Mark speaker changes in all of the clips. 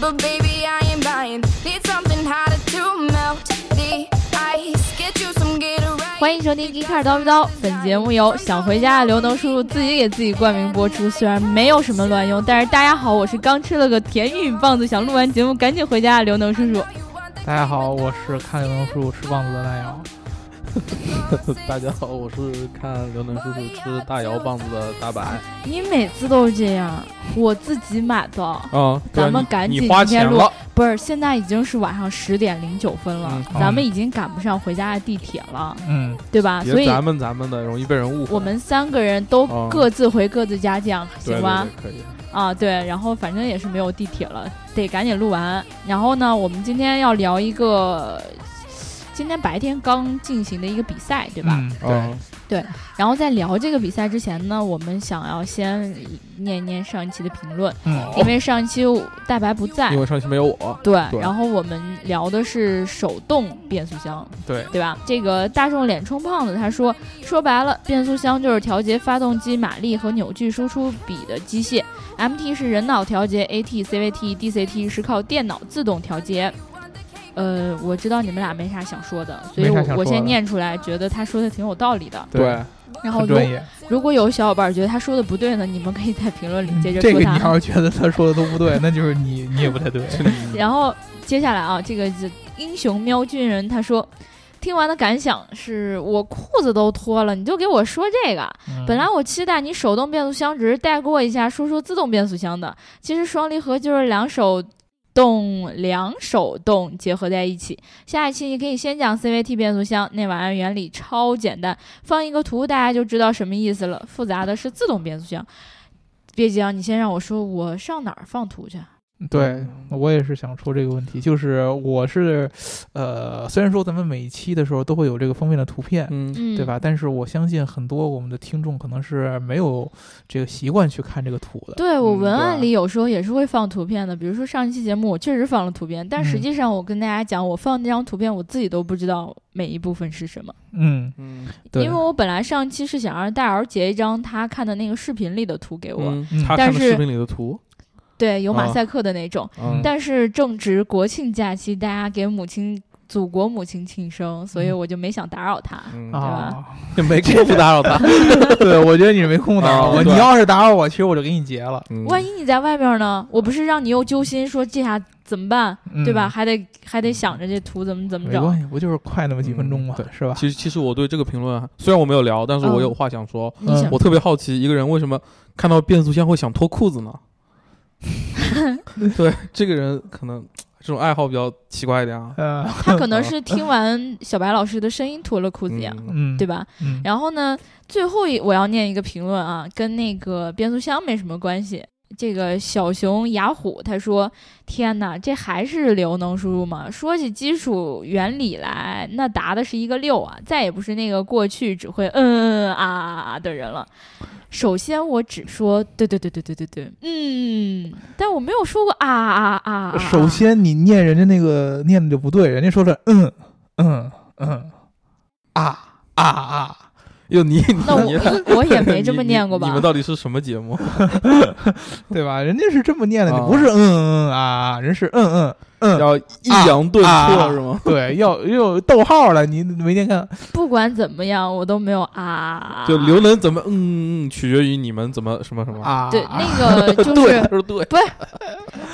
Speaker 1: but baby, I ain't buying. Need something hotter to melt the ice. Get you some Gatorade.
Speaker 2: 欢迎收听《一开始叨逼叨》，本节目由想回家的刘能叔叔自己给自己冠名播出。虽然没有什么卵用，但是大家好，我是刚吃了个甜玉米棒子，想录完节目赶紧回家的刘能叔叔。
Speaker 3: 大家好，我是看刘能叔叔吃棒子的大姚。
Speaker 4: 大家好，我是看刘能叔叔吃大姚棒子的大白。
Speaker 2: 你每次都是这样，我自己买的，
Speaker 4: 啊，对啊
Speaker 2: 咱们
Speaker 4: 你
Speaker 2: 赶紧
Speaker 4: 你花
Speaker 2: 今天
Speaker 4: 钱
Speaker 2: 录
Speaker 4: 了，
Speaker 2: 不是现在已经是晚上十点零九分了，
Speaker 4: 嗯
Speaker 2: 咱们已经赶不上回家的地铁了，
Speaker 3: 嗯，
Speaker 2: 对吧？啊所
Speaker 4: 别
Speaker 2: 以
Speaker 4: 咱们咱们的，容易被人误会。
Speaker 2: 我们三个人都
Speaker 4: 哦
Speaker 2: 各自回各自家，这样
Speaker 4: 对
Speaker 2: 行
Speaker 4: 对
Speaker 2: 吗？
Speaker 4: 对，可以。
Speaker 2: 啊，对，然后反正也是没有地铁了，得赶紧录完。然后呢，我们今天要聊一个今天白天刚进行的一个比赛，对吧？
Speaker 3: 嗯对，
Speaker 4: 嗯，
Speaker 2: 然后在聊这个比赛之前呢，我们想要先念一念上一期的评论，
Speaker 3: 嗯，
Speaker 4: 哦
Speaker 2: 因为上一期大白不在
Speaker 4: 嗯因。为上期没有我。
Speaker 2: 对，
Speaker 4: 对
Speaker 2: 然后我们聊的是手动变速箱，
Speaker 4: 对
Speaker 2: 对吧？这个大众脸充胖子他说，说白了，变速箱就是调节发动机马力和扭矩输出比的机械，MT 是人脑调节，AT、CVT、DCT 是靠电脑自动调节。呃，我知道你们俩没啥想说的，所以
Speaker 3: 没啥
Speaker 2: 我
Speaker 3: 想
Speaker 2: 我
Speaker 3: 说
Speaker 2: 先
Speaker 3: 的
Speaker 2: 念出来，觉得他说的挺有道理的。
Speaker 4: 对，
Speaker 2: 然后如
Speaker 3: 很专业。
Speaker 2: 如果有小伙伴觉得他说的不对呢，你们可以在评论里接着
Speaker 3: 嗯这
Speaker 2: 说
Speaker 3: 个
Speaker 2: 他。
Speaker 3: 你要是觉得他说的都不对，那就是你你也 不太对。
Speaker 2: 然后接下来啊，这个这英雄喵军人他说，听完的感想是我裤子都脱了，你就给我说这个。
Speaker 3: 嗯
Speaker 2: 本来我期待你手动变速箱只是带过一下，说说自动变速箱的，其实双离合就是两手。动两手动结合在一起，下一期你可以先讲 CVT 变速箱，那玩意儿原理超简单，放一个图大家就知道什么意思了。复杂的是自动变速箱。别急啊，你先让我说，我上哪儿放图去啊？
Speaker 3: 对，我也是想说这个问题，就是我是，呃，虽然说咱们每一期的时候都会有这个封面的图片，
Speaker 4: 嗯，
Speaker 2: 嗯，
Speaker 3: 对吧？但是我相信很多我们的听众可能是没有这个习惯去看这个图的。
Speaker 2: 对我
Speaker 4: 嗯
Speaker 2: 文
Speaker 4: 对
Speaker 2: 案
Speaker 4: 吧
Speaker 2: 里有时候也是会放图片的，比如说上一期节目我确实放了图片，但实
Speaker 3: 嗯
Speaker 2: 际上我跟大家讲，我放那张图片我自己都不知道每一部分是什么，
Speaker 3: 嗯，
Speaker 4: 嗯，
Speaker 3: 对，
Speaker 2: 因为我本来上期是想让戴尔截一张他看的那个视频里的图给我，
Speaker 3: 嗯
Speaker 4: 他
Speaker 2: 但
Speaker 4: 看的
Speaker 2: 是
Speaker 4: 视频里的图，
Speaker 2: 对，有马
Speaker 4: 啊
Speaker 2: 赛克的那种，
Speaker 4: 嗯，
Speaker 2: 但是正值国庆假期，大家给母亲、祖国母亲庆生，所以
Speaker 3: 嗯
Speaker 2: 我就没想打扰他。
Speaker 4: 嗯
Speaker 3: 啊，
Speaker 4: 就 没 空不打扰他。
Speaker 3: 对，我觉得你是没空打扰
Speaker 4: 啊
Speaker 3: 我，你
Speaker 4: 对
Speaker 3: 要是打扰我，其实我就给你截了，
Speaker 4: 嗯
Speaker 2: 万一你在外边呢？我不是让你又揪心，说这下怎么办，
Speaker 3: 嗯
Speaker 2: 对吧？？还得还得想着这图怎么怎么
Speaker 3: 没
Speaker 2: 整。
Speaker 3: 关系，不就是快那么几分钟嘛
Speaker 4: 嗯，
Speaker 3: 是吧？
Speaker 4: 其实其实我对这个评论啊，虽然我没有聊，但是
Speaker 2: 嗯
Speaker 4: 我有话想说。
Speaker 2: 你想
Speaker 3: 嗯
Speaker 4: 我特别好奇，一个人为什么看到变速箱会想脱裤子呢？ 对，这个人可能这种爱好比较奇怪一点啊。
Speaker 3: 呃，
Speaker 2: 他可能是听完小白老师的声音脱了裤子呀，
Speaker 4: 嗯
Speaker 3: 嗯，
Speaker 2: 对吧？
Speaker 3: 嗯，
Speaker 2: 然后呢，最后一我要念一个评论啊，跟那个变速箱没什么关系。这个小熊雅虎他说：“天哪，这还是刘能叔叔吗？说起基础原理来，那答的是一个六啊，再也不是那个过去只会嗯嗯嗯啊啊啊的人了。首先，我只说对对对对对对对，嗯，但我没有说过啊啊啊啊。啊
Speaker 3: 首，先你念人家那个念的就不对，人家说的嗯嗯嗯啊啊啊，
Speaker 4: 哟，你
Speaker 2: 那
Speaker 4: 你
Speaker 2: 我我也没这么
Speaker 4: 你
Speaker 2: 念过吧？
Speaker 4: 你们到底是什么节目？
Speaker 3: 对吧？人家是这么念的，
Speaker 4: 啊
Speaker 3: 你不是嗯嗯嗯啊，人是嗯嗯嗯，
Speaker 4: 要抑
Speaker 2: 啊
Speaker 4: 扬顿挫是吗？
Speaker 3: 对，要有逗号了，你没念看，
Speaker 2: 不管怎么样，我都没有啊啊。啊
Speaker 4: 就刘能怎么嗯，嗯，取决于你们怎么什么什么。
Speaker 3: 啊，
Speaker 2: 对，那 个就
Speaker 4: 对，
Speaker 2: 是
Speaker 4: 他说对，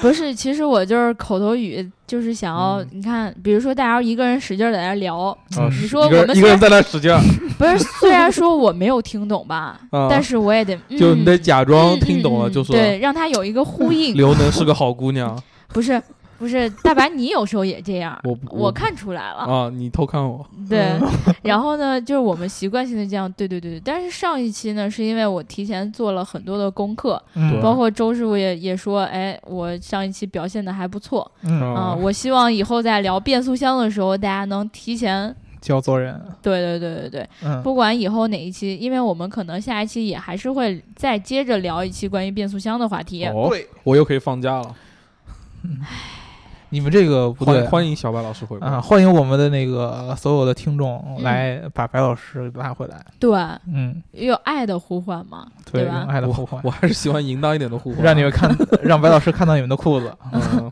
Speaker 2: 不是，其实我就是口头语，就是想要、
Speaker 4: 嗯
Speaker 2: 你看，比如说大家一个人使劲儿在那聊，
Speaker 3: 嗯
Speaker 2: 你说
Speaker 4: 一个
Speaker 2: 我们
Speaker 4: 人一个人在那使劲儿，
Speaker 2: 不是，虽然说我没有听懂吧，
Speaker 4: 啊
Speaker 2: 但是我也得、嗯、
Speaker 4: 就你得假装
Speaker 2: 嗯
Speaker 4: 听懂了，
Speaker 2: 嗯嗯
Speaker 4: 就说
Speaker 2: 对，让他有一个呼 应，
Speaker 4: 刘能是个好姑 娘。
Speaker 2: 不是不是，大白你有时候也这样，
Speaker 4: 我
Speaker 2: 我看出来了，
Speaker 4: 啊，嗯你偷看我，
Speaker 2: 对， 然后呢，就是我们习惯性的这样，对对对对，但是上一期呢，是因为我提前做了很多的功课，
Speaker 3: 嗯
Speaker 2: 包括周师傅也也说，哎，我上一期表现的还不错，
Speaker 4: 哦
Speaker 3: 嗯，
Speaker 2: 嗯，我希望以后在聊变速箱的时候，大家能提前，
Speaker 3: 教做人，
Speaker 2: 对对对对对，
Speaker 3: 嗯
Speaker 2: 不管以后哪一期，因为我们可能下一期也还是会再接着聊一期关于变速箱的话题。
Speaker 4: 哦
Speaker 3: 对，
Speaker 4: 我又可以放假了。
Speaker 3: 你们这个不对
Speaker 4: 欢，欢迎小白老师回归
Speaker 3: 啊，。欢迎我们的那个所有的听众
Speaker 2: 嗯
Speaker 3: 来把白老师拉回来。
Speaker 2: 对，
Speaker 3: 嗯，
Speaker 2: 有爱的呼唤嘛，对
Speaker 3: 用
Speaker 2: 吧？
Speaker 3: 爱的呼唤，
Speaker 4: 我还是喜欢淫荡一点的互换，啊
Speaker 3: 让你们看，让白老师看到你们的裤子。
Speaker 4: 嗯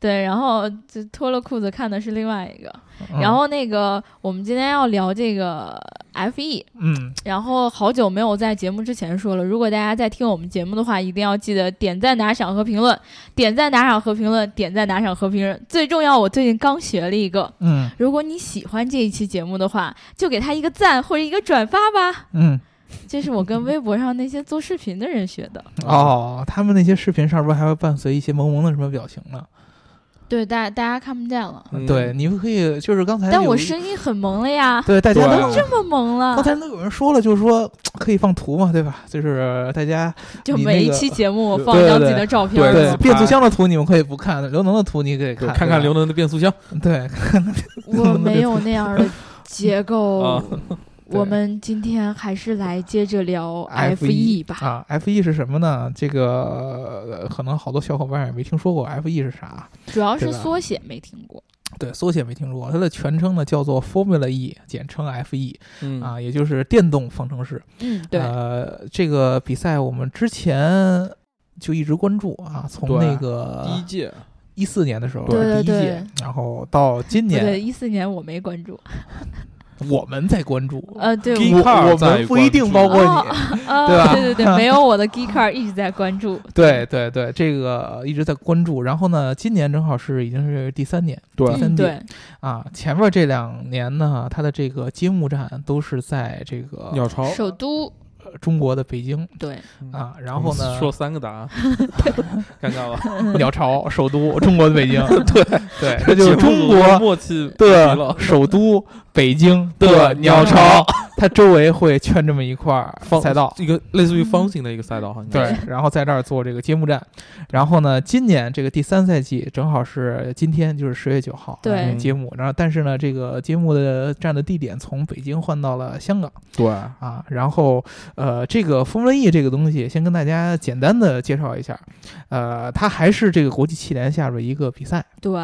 Speaker 2: 对，然后就脱了裤子看的是另外一个。
Speaker 3: 嗯
Speaker 2: 然后那个我们今天要聊这个 E FE，
Speaker 3: 嗯，
Speaker 2: 然后好久没有在节目之前说了，如果大家在听我们节目的话，一定要记得点赞、打赏和评论，点赞、打赏和评论，点赞、打赏和评论。最重要，我最近刚学了一个，
Speaker 3: 嗯
Speaker 2: 如果你喜欢这一期节目的话，就给他一个赞或者一个转发吧。
Speaker 3: 嗯，
Speaker 2: 这是我跟微博上那些做视频的人学的。
Speaker 4: 啊
Speaker 3: 哦，他们那些视频上边还会伴随一些萌萌的什么表情呢？
Speaker 2: 对，大大家看不见了，
Speaker 4: 嗯
Speaker 3: 对，你们可以就是刚才
Speaker 2: 但
Speaker 3: 有
Speaker 2: 我
Speaker 3: 一
Speaker 2: 声音很萌了呀，
Speaker 3: 对大家
Speaker 4: 对啊
Speaker 3: 都
Speaker 2: 这么萌了
Speaker 3: 刚，才都有人说了，就是说可以放图嘛，对吧？就是大家
Speaker 2: 就
Speaker 3: 你
Speaker 2: 每
Speaker 3: 那
Speaker 2: 一
Speaker 3: 个
Speaker 2: 期节目我
Speaker 4: 对
Speaker 2: 放一张自己的照片
Speaker 4: 对
Speaker 2: 儿
Speaker 3: 对
Speaker 2: 嘛，
Speaker 3: 变速箱的图你们可以不看，刘能的图你可以
Speaker 4: 对
Speaker 3: 看，
Speaker 4: 看看刘能的变速箱
Speaker 3: 能对，
Speaker 2: 我没有那样 的结构
Speaker 4: 啊。
Speaker 2: 我们今天还是来接着聊
Speaker 3: F
Speaker 2: FE 吧。
Speaker 3: 啊，F E 是什么呢？这个、呃可能好多小伙伴也没听说过 F E 是啥，
Speaker 2: 主要是
Speaker 3: 对吧啊
Speaker 2: 缩写没听过。
Speaker 3: 对，缩写没听说过，它的全称呢叫做 Formula E，简称 F E
Speaker 4: 嗯
Speaker 3: 啊，也就是电动方程式。
Speaker 2: 嗯，对，
Speaker 3: 呃，这个比赛我们之前就一直关注啊，从
Speaker 4: 嗯对
Speaker 3: 那
Speaker 4: 第一
Speaker 3: 个
Speaker 4: 届
Speaker 3: 一四年的时候，
Speaker 2: 对对
Speaker 3: 第一
Speaker 2: 对
Speaker 3: 届，然后到今
Speaker 2: 不对，
Speaker 3: 年
Speaker 2: 一四年我没关注。
Speaker 3: 我们在关注。
Speaker 2: 呃，对，
Speaker 4: Geek
Speaker 2: 我
Speaker 3: 我
Speaker 4: Car
Speaker 3: 我
Speaker 4: 在
Speaker 3: 们不一定包括
Speaker 2: 关注
Speaker 3: 你，
Speaker 2: 啊，
Speaker 3: 对吧
Speaker 2: 对对 对，没有我的 Geek Car 一直在关注。
Speaker 3: 对对对，这个一直在关注。然后呢，今年正好是已经是第三年，
Speaker 4: 对
Speaker 3: 第三
Speaker 2: 嗯，
Speaker 3: 届
Speaker 2: 对，
Speaker 3: 啊，前面这两年呢，它的这个揭幕战都是在这个
Speaker 4: 鸟巢
Speaker 2: 首都，
Speaker 3: 呃中国的北京
Speaker 2: 对，
Speaker 3: 啊，然后呢，
Speaker 4: 说三个 答案，尴尬吧？
Speaker 2: 嗯
Speaker 3: 鸟巢首都中国的 北京，对 对，这就是
Speaker 4: 节目
Speaker 3: 中
Speaker 4: 组
Speaker 3: 国
Speaker 4: 默契没
Speaker 3: 的
Speaker 4: 了
Speaker 3: 首 都北京的
Speaker 4: 的
Speaker 3: 鸟
Speaker 4: 鸟
Speaker 3: 巢
Speaker 4: 巢，
Speaker 3: 它周围会圈这么一块儿
Speaker 4: 方
Speaker 3: 赛道。
Speaker 4: 一个类似于方形的一个赛道，好像
Speaker 3: 对，然后在这儿做这个揭幕战，然后呢，今年这个第三赛季正好是今天，就是十月九号
Speaker 2: 对
Speaker 3: 嗯揭幕，然后但是呢，这个揭幕的站的地点从北京换到了香港
Speaker 4: 对，
Speaker 3: 啊，然后呃，这个 Formula E 这个东西，先跟大家简单的介绍一下，呃，它还是这个国际汽联下边一个比赛，
Speaker 2: 对，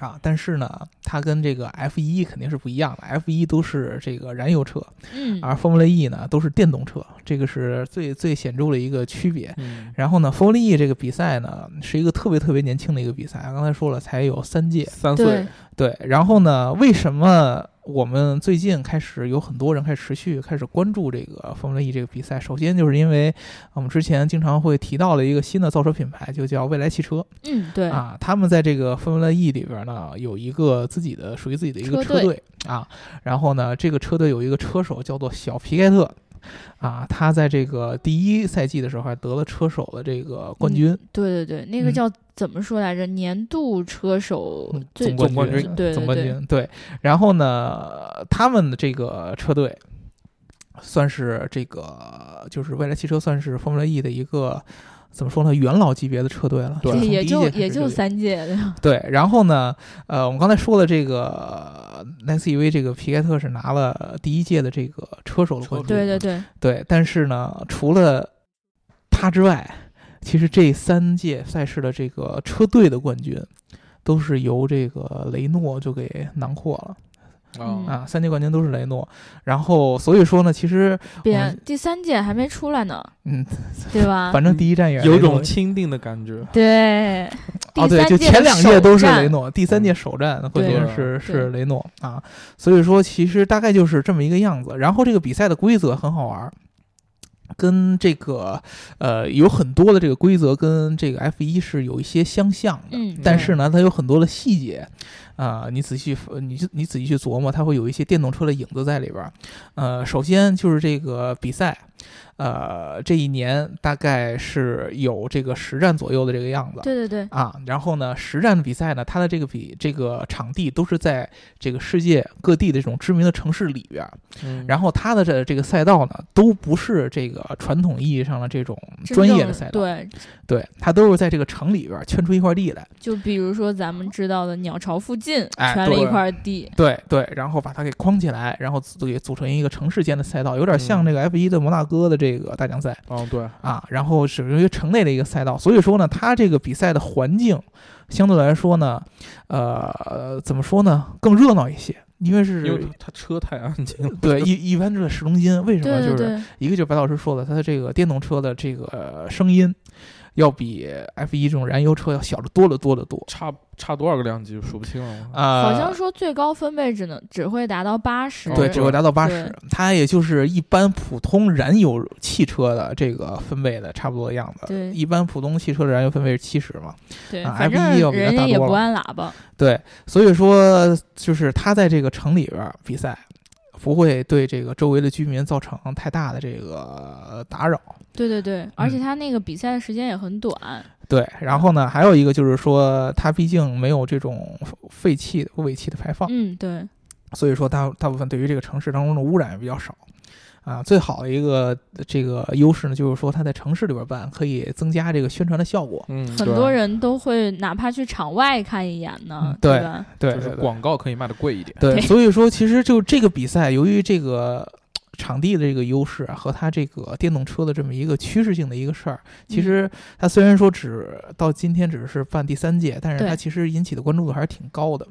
Speaker 3: 啊，但是呢，它跟这个 F 1肯定是不一样的。F 1都是这个燃油车，
Speaker 2: 嗯，
Speaker 3: 而 Formula E 呢都是电动车，这个是最最显著的一个区别。
Speaker 4: 嗯，
Speaker 3: 然后呢，Formula E 这个比赛呢是一个特别特别年轻的一个比赛，刚才说了才有三届。
Speaker 4: 三
Speaker 2: 对
Speaker 4: 岁，
Speaker 3: 对，然后呢，为什么我们最近开始有很多人开始持续开始关注这个 Formula E 这个比赛？首先就是因为我们之前经常会提到的一个新的造车品牌，就叫未来汽车。
Speaker 2: 嗯，对，
Speaker 3: 啊，他们在这个 Formula E 里边呢，有一个自己的属于自己的一个
Speaker 2: 车
Speaker 3: 车队啊。然后呢，这个车队有一个车手叫做小皮盖特啊，他在这个第一赛季的时候还得了车手的这个
Speaker 2: 嗯
Speaker 3: 冠军，
Speaker 2: 对对对，那个
Speaker 3: 嗯
Speaker 2: 叫怎么说来着？年度车手
Speaker 3: 嗯
Speaker 2: 最
Speaker 3: 总
Speaker 4: 冠军
Speaker 2: 对
Speaker 3: 总
Speaker 2: 对
Speaker 3: 冠
Speaker 2: 对，
Speaker 3: 军对。然后呢，他们的这个车队算是这个就是未来汽车算是 Formula E 的一个。怎么说呢？元老级别的车队了，
Speaker 4: 对
Speaker 3: 从
Speaker 2: 这也
Speaker 3: 第一
Speaker 2: 就
Speaker 3: 届开
Speaker 2: 也
Speaker 3: 始
Speaker 2: 就
Speaker 3: 有
Speaker 2: 三届对吧
Speaker 3: 对，然后呢，呃，我们刚才说了这个 Next EV 这个皮盖特是拿了第一届的这个车手的冠军，
Speaker 2: 对对对，
Speaker 3: 对但是呢，除了他之外，其实这三届赛事的这个车队的冠军都是由这个雷诺就给囊括了
Speaker 2: 嗯
Speaker 3: 啊，三届冠军都是雷诺，然后所以说呢，其实
Speaker 2: 别第三届还没出来呢，
Speaker 3: 嗯，
Speaker 2: 对吧？
Speaker 3: 反正第一站
Speaker 2: 嗯
Speaker 3: 也是
Speaker 4: 有
Speaker 3: 雷诺
Speaker 4: 种钦定的感觉，
Speaker 2: 对，
Speaker 3: 哦，
Speaker 2: 第
Speaker 3: 对，
Speaker 2: 三
Speaker 3: 就
Speaker 2: 届
Speaker 3: 前
Speaker 2: 的
Speaker 3: 两
Speaker 2: 首
Speaker 3: 届都是
Speaker 2: 战嗯
Speaker 3: 雷诺，第三届首战冠军是
Speaker 2: 对
Speaker 3: 是雷诺啊，所以说其实大概就是这么一个样子。然后这个比赛的规则很好玩儿，跟这个呃有很多的这个规则跟这个 F 一是有一些相像的，
Speaker 2: 嗯，
Speaker 3: 但
Speaker 2: 对
Speaker 3: 是呢它有很多的细节啊、你仔细你你仔细去琢磨，它会有一些电动车的影子在里边儿。呃，首先就是这个比赛。呃，这一年大概是有这个十站左右的这个样子，
Speaker 2: 对对对，
Speaker 3: 啊，然后呢，实战比赛呢，它的这个比这个场地都是在这个世界各地的这种知名的城市里边儿，嗯然
Speaker 4: 后
Speaker 3: 后它的这这个赛道呢，都不是这个传统意义上的这种
Speaker 2: 真
Speaker 3: 专业
Speaker 2: 正
Speaker 3: 的赛道，
Speaker 2: 对，
Speaker 3: 对它都是在这个城里边儿圈出一块地来，
Speaker 2: 就比如说咱们知道的鸟巢附近
Speaker 3: 哎
Speaker 2: 圈了一
Speaker 3: 对
Speaker 2: 块地，
Speaker 3: 对对，然后把它给框起来，然后组给组成一个城市间的赛道，有点像
Speaker 4: 嗯
Speaker 3: 这个 F 一的摩纳哥的这个大奖赛
Speaker 4: 哦对，
Speaker 3: 啊，然后属于城内的一个赛道，所以说呢，它这个比赛的环境相对来说呢，呃，怎么说呢，更热闹一些。因为是
Speaker 4: 因为他车太安静了，
Speaker 3: 对，一一般就是市中心，为什么？
Speaker 2: 对
Speaker 3: 就
Speaker 2: 对
Speaker 3: 是
Speaker 2: 对，
Speaker 3: 一个就是白老师说的，它的这个电动车的这个呃声音，要比 F 一这种燃油车要小得多了多了多。
Speaker 4: 差差多少个量级数不清了。
Speaker 3: 啊、
Speaker 2: 好像说最高分贝只能只会达到八十，
Speaker 3: 对，
Speaker 4: 哦
Speaker 3: 只会达到八
Speaker 2: 对
Speaker 3: 十，它也就是一般普通燃油汽车的这个分贝的差不多样子。
Speaker 2: 对
Speaker 3: 一般普通汽车的燃油分贝是七十嘛，
Speaker 2: 对，
Speaker 3: 啊
Speaker 2: 反
Speaker 3: F1
Speaker 2: 正
Speaker 3: 要比它
Speaker 2: 人家
Speaker 3: 大
Speaker 2: 也
Speaker 3: 多
Speaker 2: 不
Speaker 3: 了
Speaker 2: 按喇叭，
Speaker 3: 对，所以说就是它在这个城里边儿比赛，不会对这个周围的居民造成太大的这个打扰。
Speaker 2: 对对对，而且
Speaker 3: 嗯
Speaker 2: 他那个比赛的时间也很短，
Speaker 3: 对，然后呢，还有一个就是说，它毕竟没有这种废气、污尾气的排放，
Speaker 2: 嗯，对，
Speaker 3: 所以说大大部分对于这个城市当中的污染也比较少。啊，最好的一个这个优势呢，就是说它在城市里边办，可以增加这个宣传的效果。
Speaker 4: 嗯，
Speaker 2: 很
Speaker 4: 对
Speaker 2: 多人都会哪怕去场外看一眼呢
Speaker 3: 啊嗯，对
Speaker 2: 吧？
Speaker 3: 对，
Speaker 4: 就是
Speaker 3: 对对
Speaker 4: 广告可以卖的贵一点。
Speaker 3: 对，
Speaker 2: 对
Speaker 3: 所以说其实就这个比赛，由于这个场地的这个优势啊，和它这个电动车的这么一个趋势性的一个事儿，其
Speaker 2: 嗯
Speaker 3: 实它虽然说只到今天只是办第三届，但是
Speaker 2: 对
Speaker 3: 它其实引起的关注度还是挺高的。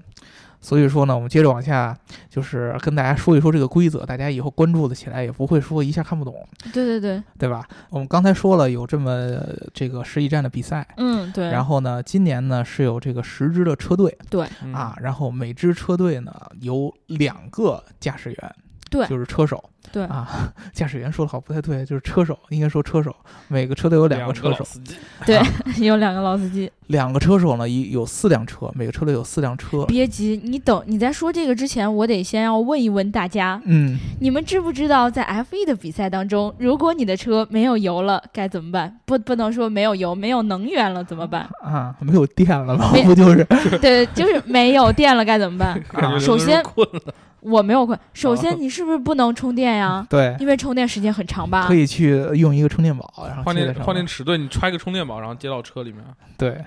Speaker 3: 所以说呢，我们接着往下，就是跟大家说一说这个规则，大家以后关注的起来也不会说一下看不懂，
Speaker 2: 嗯对对对，
Speaker 3: 对吧？我们刚才说了有这么呃这个十一站的比赛，
Speaker 2: 嗯，对，
Speaker 3: 然后呢，今年呢是有这个十支的车队，
Speaker 4: 嗯
Speaker 3: 啊，，然后每支车队呢有两个驾驶员，
Speaker 2: 对
Speaker 3: 就是车手，
Speaker 2: 对
Speaker 3: 啊， 驾驶员说的好不太对，就是车手，应该说车手，每个车队有两
Speaker 4: 两
Speaker 3: 个车
Speaker 4: 老
Speaker 3: 手，
Speaker 4: 司 机
Speaker 2: 有两个老司机。
Speaker 3: 两个车手呢一有四辆车，每个车队有四辆车，
Speaker 2: 别急，你等你在说这个之前，我得先要问一问大家，
Speaker 3: 嗯，
Speaker 2: 你们知不知道在 F1 的比赛当中，如果你的车没有油了该怎么办？不，不能说没有油，没有能源了怎么 办？
Speaker 3: 啊，没有电了吗？
Speaker 2: 没
Speaker 3: 不就是
Speaker 2: 对，就是没有电了该怎么 办？
Speaker 4: 感觉
Speaker 2: 啊首
Speaker 4: 啊就是啊
Speaker 2: 先
Speaker 4: 困了，
Speaker 2: 我没有困，首先你是不是不能充电 呀？
Speaker 3: 对，
Speaker 2: 因为充电时间很长吧
Speaker 3: 可？以去用一个充电宝，然后
Speaker 4: 换
Speaker 3: 接
Speaker 4: 电
Speaker 3: 着上
Speaker 4: 换电
Speaker 3: 路
Speaker 4: 池，对你揣个充电宝，然后接到车里面。
Speaker 3: 对，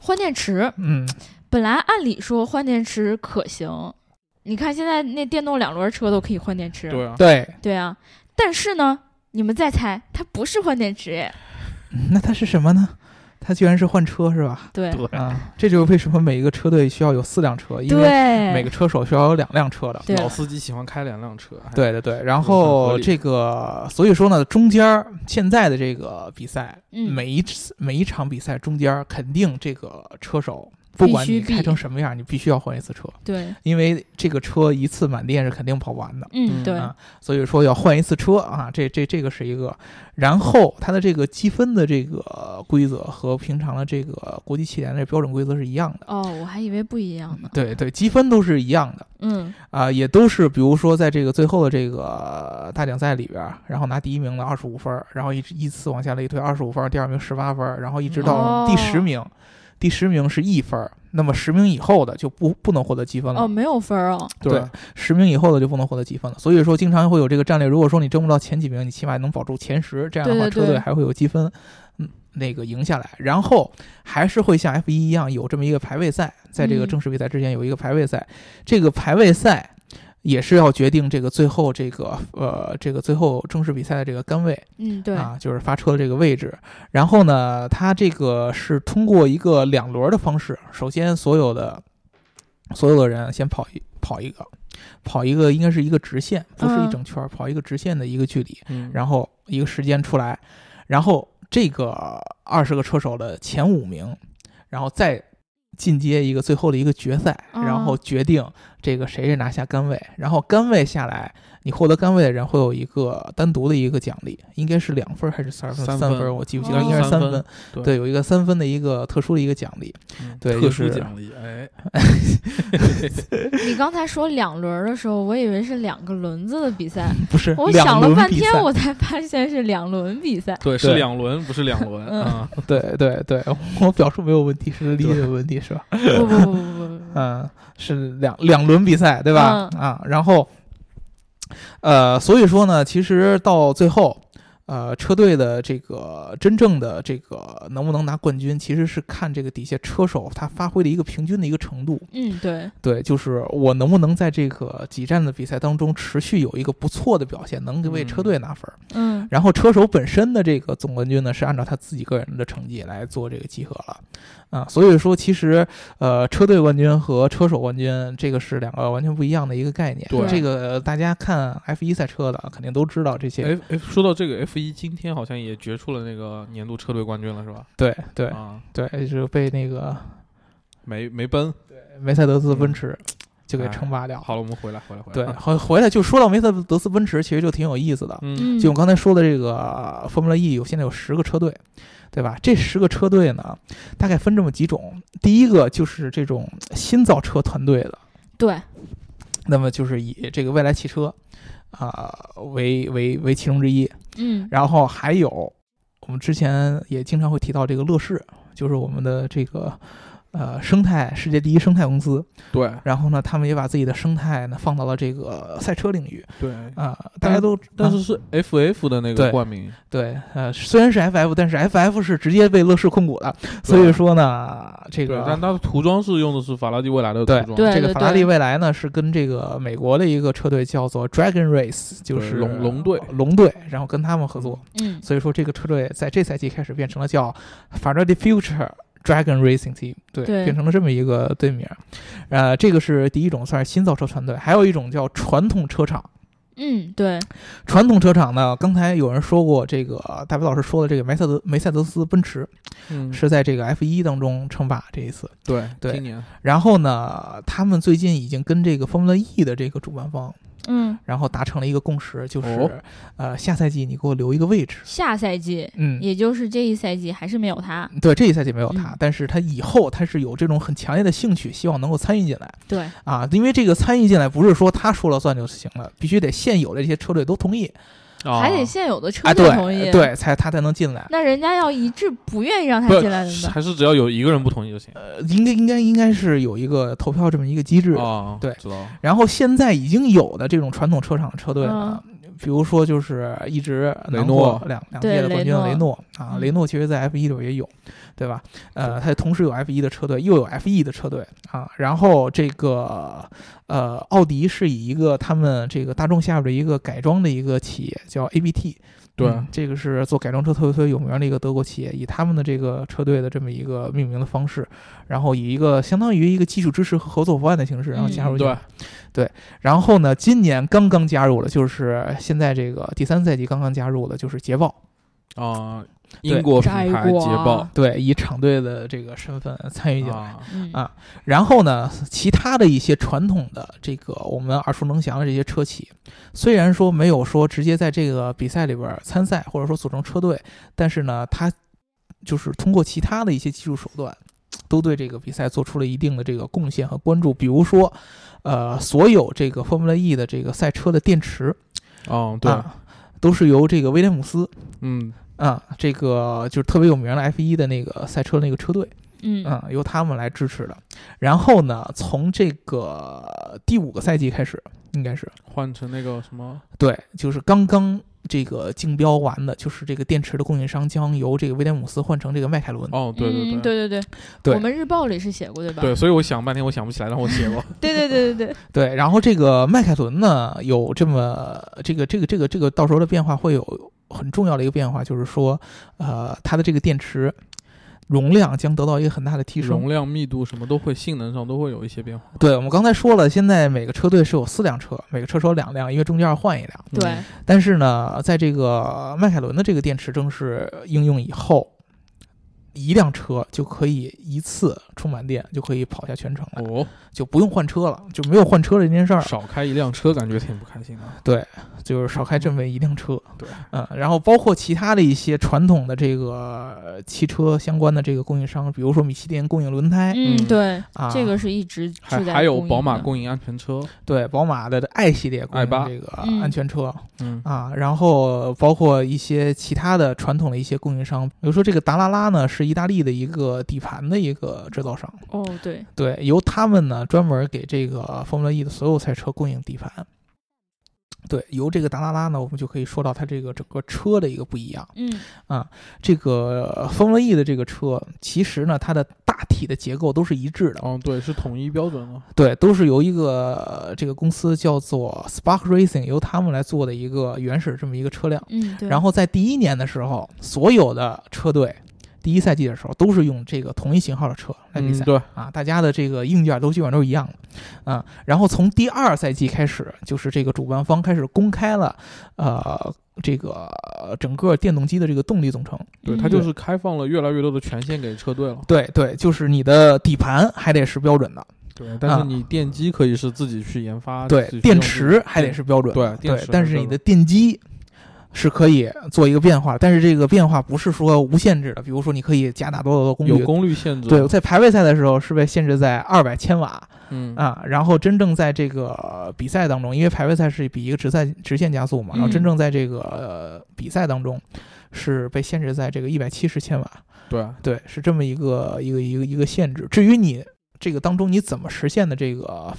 Speaker 2: 换电池，
Speaker 3: 嗯，
Speaker 2: 本来按理说换电池可行，你看现在那电动两轮车都可以换电池，
Speaker 4: 对啊，
Speaker 3: 对，
Speaker 2: 对啊，但是呢，你们再猜，它不是换电池哎，
Speaker 3: 那它是什么呢？它居然是换车是吧？
Speaker 2: 对
Speaker 4: 对
Speaker 3: 啊，这就是为什么每一个车队需要有四辆车，因为
Speaker 2: 对，
Speaker 3: 每个车手需要有两辆车的。
Speaker 2: 对
Speaker 4: 老司机喜欢开两辆车。哎，
Speaker 3: 对对对，然
Speaker 4: 很合
Speaker 3: 后
Speaker 4: 理
Speaker 3: 这个，所以说呢，中间儿现在的这个比赛，
Speaker 2: 嗯
Speaker 3: 每一次每一场比赛中间儿肯定这个车手，不管
Speaker 2: 必须
Speaker 3: 你开
Speaker 2: 避
Speaker 3: 成什么样，你必须要换一次车，
Speaker 2: 对，
Speaker 3: 因为这个车一次满电是肯定跑不完的。
Speaker 2: 嗯
Speaker 4: 嗯
Speaker 2: 对，
Speaker 3: 啊，所以说要换一次车啊，这这这个是一个，然后它的这个积分的这个规则和平常的这个国际汽联的标准规则是一样的，
Speaker 2: 哦，我还以为不一样呢，
Speaker 3: 对对，积分都是一样的，
Speaker 2: 嗯
Speaker 3: 啊、也都是比如说在这个最后的这个大奖赛里边儿，然后拿第一名的二十五分儿，然后一直依次往下类推，二十五分儿，第二名十八分儿，然后一直到第十
Speaker 2: 哦
Speaker 3: 名，第十名是一分儿，那么十名以后的就不不能获得积分了。
Speaker 2: 哦，没有分儿哦，
Speaker 3: 对
Speaker 4: 对，
Speaker 3: 十名以后的就不能获得积分了，所以说经常会有这个战略。如果说你争不到前几名，你起码能保住前十，这样的
Speaker 2: 对
Speaker 3: 话
Speaker 2: 对
Speaker 3: 车队
Speaker 2: 对
Speaker 3: 还会有积分，嗯，那个赢下来。然后还是会像 F 一一样有这么一个排位赛，在这个
Speaker 2: 嗯
Speaker 3: 正式比赛之前有一个排位赛，这个排位赛也是要决定这个最后这个呃这个最后正式比赛的这个杆位
Speaker 2: 嗯对，
Speaker 3: 啊，就是发车的这个位置。然后呢，它这个是通过一个两轮的方式，首先所有的所有的人先跑一跑一个，跑一个应该是一个直线，不是一
Speaker 2: 嗯
Speaker 3: 整圈儿，跑一个直线的一个距离，
Speaker 4: 嗯
Speaker 3: 然后一个时间出来，然后这个二十个车手的前五名，然后再。进阶一个最后的一个决赛，然后
Speaker 2: 哦
Speaker 3: 决定这个谁是拿下杆位，然后杆位下来，你获得杆位的人会有一个单独的一个奖励，应该是两分儿还是三分？
Speaker 4: 三
Speaker 3: 分，
Speaker 4: 分
Speaker 3: 我记不清，
Speaker 2: 哦
Speaker 3: 应该是
Speaker 4: 三
Speaker 3: 分
Speaker 4: 分。对
Speaker 3: 对，有一个三分的一个特殊的一个奖励。
Speaker 4: 嗯
Speaker 3: 对
Speaker 4: 特
Speaker 3: 就
Speaker 4: 殊
Speaker 3: 是
Speaker 4: 奖励，哎，
Speaker 2: 你刚才说两轮儿的时候，我以为是两个轮子的比 赛，
Speaker 3: 不是，
Speaker 2: 我
Speaker 3: 两
Speaker 2: 想了
Speaker 3: 轮
Speaker 2: 半
Speaker 3: 比
Speaker 2: 天，
Speaker 3: 赛
Speaker 2: 我才发现是两轮比 赛。
Speaker 4: 对，是
Speaker 3: 对
Speaker 4: 两轮，不是两轮
Speaker 2: 嗯
Speaker 4: 啊。
Speaker 3: 对对对，我表述没有问题，是理解有问题是吧？
Speaker 2: 不不不不不不不，
Speaker 3: 嗯，是两两轮比赛对吧？啊，然后，呃，所以说呢，其实到最后。呃，车队的这个真正的这个能不能拿冠军，其实是看这个底下车手他发挥的一个平均的一个程度。
Speaker 2: 嗯对，
Speaker 3: 对，就是我能不能在这个几站的比赛当中持续有一个不错的表现，能给为车队拿分儿。
Speaker 2: 嗯
Speaker 3: 然后车手本身的这个总冠军呢，是按照他自己个人的成绩来做这个集合了，啊，所以说其实呃，车队冠军和车手冠军这个是两个完全不一样的一个概念。
Speaker 4: 对
Speaker 3: 这个大家看 F 一赛车的肯定都知道这些。
Speaker 4: 哎哎，说到这个 F 飞今天好像也决出了那个年度车队冠军了，是吧？
Speaker 3: 对对
Speaker 4: 啊，
Speaker 3: 对，就是被那个
Speaker 4: 没没奔。
Speaker 3: 梅赛德斯奔驰就给
Speaker 4: 哎
Speaker 3: 称霸掉了。
Speaker 4: 好了，我们 回来，回来，回来。
Speaker 3: 对，
Speaker 4: 啊
Speaker 3: 好回来就说到梅赛德斯奔驰，其实就挺有意思的。
Speaker 4: 嗯
Speaker 2: 嗯，
Speaker 3: 就我刚才说的这个 Formula E 有现在有十个车队，对吧？这十个车队呢，大概分这么几种。第一个就是这种新造车团队的，
Speaker 2: 对，
Speaker 3: 那么就是以这个未来汽车啊、为为为其中之一。
Speaker 2: 嗯
Speaker 3: 然后还有我们之前也经常会提到这个乐视，就是我们的这个呃生态世界第一生态公司。
Speaker 4: 对
Speaker 3: 然后呢，他们也把自己的生态呢放到了这个赛车领域
Speaker 4: 对，
Speaker 3: 啊、大家都
Speaker 4: 但
Speaker 3: 啊
Speaker 4: 是是 FF 的那
Speaker 3: 对
Speaker 4: 个冠名，
Speaker 3: 对，呃，虽然是 FF，但是 FF 是直接被乐视控股的，所以说呢，这
Speaker 4: 对，但
Speaker 3: 个啊
Speaker 4: 它的涂装是用的是法拉第未来的
Speaker 3: 对
Speaker 4: 涂装，
Speaker 2: 对
Speaker 3: 这个法拉利未来呢是跟这个美国的一个车队叫做 Dragon Race，就是
Speaker 4: 龙龙队
Speaker 3: 龙队，然后跟他们合作，
Speaker 2: 嗯
Speaker 3: 所以说这个车队在这赛季开始变成了叫 Ferrari Future。Dragon Racing Team，对，
Speaker 2: 对
Speaker 3: 变成了这么一个队名，呃，这个是第一种算是新造车团队，还有一种叫传统车厂，
Speaker 2: 嗯，对，
Speaker 3: 传统车厂呢，刚才有人说过，这个大飞老师说的这个梅赛德梅赛德斯奔驰
Speaker 4: 嗯，
Speaker 3: 是在这个 F 1当中称霸这一次。
Speaker 4: 对
Speaker 3: 对
Speaker 4: 今年
Speaker 3: 然后呢，他们最近已经跟这个 Formula E 的这个主办方，
Speaker 2: 嗯，
Speaker 3: 然后达成了一个共识，就是、
Speaker 4: 哦
Speaker 3: 呃下赛季你给我留一个位置。
Speaker 2: 下赛季，
Speaker 3: 嗯，
Speaker 2: 也就是这一赛季还是没有他，
Speaker 3: 对，这一赛季没有他，
Speaker 2: 嗯
Speaker 3: 但是他以后他是有这种很强烈的兴趣，希望能够参与进来
Speaker 2: 对，
Speaker 3: 啊，因为这个参与进来不是说他说了算就行了，必须得现有的这些车队都同意，
Speaker 4: 啊
Speaker 2: 还得现有的车
Speaker 3: 哦啊，
Speaker 2: 队
Speaker 3: 对
Speaker 2: 同意，，
Speaker 3: 对，才他才能进来。
Speaker 2: 那人家要一致不愿意让他
Speaker 4: 不
Speaker 2: 进来怎么办？
Speaker 4: 还是只要有一个人不同意就行
Speaker 3: 呃，应该应该应该是有一个投票这么一个机制。
Speaker 4: 啊？
Speaker 3: 对嗯
Speaker 4: 知道了
Speaker 3: 然后现在已经有的这种传统车厂的车队呢，
Speaker 2: 嗯
Speaker 3: 比如说就是一直
Speaker 4: 雷
Speaker 3: 囊
Speaker 4: 诺
Speaker 3: 括两两
Speaker 2: 对
Speaker 3: 届的冠军的
Speaker 2: 雷
Speaker 3: 雷诺啊，
Speaker 2: 嗯
Speaker 3: 雷诺其实在 F 一里边也有，对吧？呃，它同时有 F 一的车队，又有 F 一的车队啊。然后这个呃，奥迪是以一个他们这个大众下边的一个改装的一个企业叫 ABT，
Speaker 4: 对
Speaker 3: 嗯这个是做改装车特别特别有名的一个德国企业，以他们的这个车队的这么一个命名的方式，然后以一个相当于一个技术支持和合作伙伴的形式，然后加入进来。
Speaker 4: 嗯对
Speaker 3: 然后呢，今年刚刚加入了，就是现在这个第三赛季刚刚加入的，就是捷豹，
Speaker 4: 啊，
Speaker 3: 对
Speaker 4: 英国品
Speaker 2: 摘
Speaker 4: 牌捷豹
Speaker 2: 果
Speaker 3: 对，以厂队的这个身份参与进来。
Speaker 4: 啊，
Speaker 2: 嗯
Speaker 3: 啊然后呢，其他的一些传统的这个我们耳熟能详的这些车企，虽然说没有说直接在这个比赛里边参赛或者说组成车队，但是呢，它就是通过其他的一些技术手段，都对这个比赛做出了一定的这个贡献和关注。比如说，呃，所有这个 Formula E 的这个赛车的电池，
Speaker 4: 哦，对，
Speaker 3: 啊，都是由这个威廉姆斯
Speaker 4: 嗯，
Speaker 3: 啊，这个就是特别有名的 F 1的那个赛车那个车队，
Speaker 2: 嗯
Speaker 3: 嗯，由他们来支持的。然后呢，从这个第五个赛季开始，应该是
Speaker 4: 换成那个什么，
Speaker 3: 对，就是刚刚这个竞标完的，就是这个电池的供应商将由这个威廉姆斯换成这个迈凯伦。
Speaker 4: 哦，对对
Speaker 2: 嗯，对对
Speaker 3: 对
Speaker 2: 我们日报里是写过对吧？
Speaker 4: 对，所以我想半天，我想不起来，让我 写过，
Speaker 2: 对对对对对，
Speaker 3: 对，然后这个迈凯伦呢，有这么这个这个这个这个到时候的变化会有很重要的一个变化，就是说，呃，它的这个电池容量将得到一个很大的提升
Speaker 4: 容。量、密度什么都会，性能上都会有一些变化。
Speaker 3: 对，我们刚才说了，现在每个车队是有四辆车，每个车手有两辆，因为中间要换一辆。
Speaker 2: 对
Speaker 4: 嗯
Speaker 3: 但是呢，在这个迈凯伦的这个电池正式应用以后，一辆车就可以一次充满电，就可以跑下全程了，
Speaker 4: 哦，
Speaker 3: 就不用换车了，就没有换车这件事儿了，
Speaker 4: 少开一辆车，感觉挺不开心的。
Speaker 3: 就是少开这么一辆车。
Speaker 4: 对，
Speaker 3: 嗯，然后包括其他的一些传统的这个呃汽车相关的这个供应商，比如说米其林供应轮胎、
Speaker 2: 嗯
Speaker 4: 嗯
Speaker 2: 对，
Speaker 3: 啊，
Speaker 2: 这个是一直就
Speaker 4: 还
Speaker 2: 在
Speaker 4: 还有
Speaker 2: 供应
Speaker 4: 宝马
Speaker 2: 的
Speaker 4: 供应安全车，
Speaker 3: 对宝马的 i 系列供
Speaker 4: i 八
Speaker 3: 应这个
Speaker 2: 嗯
Speaker 3: 安全车，
Speaker 4: 嗯，
Speaker 3: 啊，然后包括一些其他的传统的一些供应商，比如说这个达拉拉呢，是意大利的一个底盘的一个制造商，
Speaker 2: 哦对，
Speaker 3: 对，由他们呢专门给这个 Formula E 的所有赛车供应底盘。对，由这个达拉拉呢，我们就可以说到它这个整个车的一个不一样。
Speaker 2: 嗯
Speaker 3: 这个 Formula E 的这个车，其实呢，它的大体的结构都是一致的，
Speaker 4: 哦，对，是统一标准了。
Speaker 3: 对，都是由一个呃这个公司叫做 Spark Racing，由他们来做的一个原始这么一个车辆。
Speaker 2: 嗯对，
Speaker 3: 然
Speaker 2: 后
Speaker 3: 后在第一年的时候，所有的车队第一赛季的时候都是用这个同一型号的车来比
Speaker 4: 嗯
Speaker 3: 赛、，
Speaker 4: 对，
Speaker 3: 啊，大家的这个硬件都基本上都是一样的啊。然后从第二赛季开始，就是这个主办方开始公开了，呃，这个呃整个电动机的这个动力总成。
Speaker 4: 对，它就是开放了越来越多的权限给车队了。
Speaker 3: 对对，就是你的底盘还得是标准的，
Speaker 4: 对，但是你电机可以是自己去研发，
Speaker 3: 啊对
Speaker 4: 自己，去
Speaker 3: 电
Speaker 4: 用自己
Speaker 3: 池还得是标准的，
Speaker 4: 对电池还是
Speaker 3: 但是
Speaker 4: 标
Speaker 3: 你的
Speaker 4: 准
Speaker 3: 电机。是可以做一个变化，但是这个变化不是说无限制的。比如说，你可以加大多少的功率
Speaker 4: 有，功率限制。
Speaker 3: 对，，在排位赛的时候是被限制在二百千瓦
Speaker 4: 嗯，
Speaker 3: 啊，然后真正在这个比赛当中，因为排位赛是比一个直赛直线加速嘛，然后真
Speaker 2: 嗯
Speaker 3: 正在这个、呃、比赛当中是被限制在这个一百七十千瓦，
Speaker 4: 对，
Speaker 3: 对，是这么一个一个一个一个限制。至于你这个当中你怎么实现的这个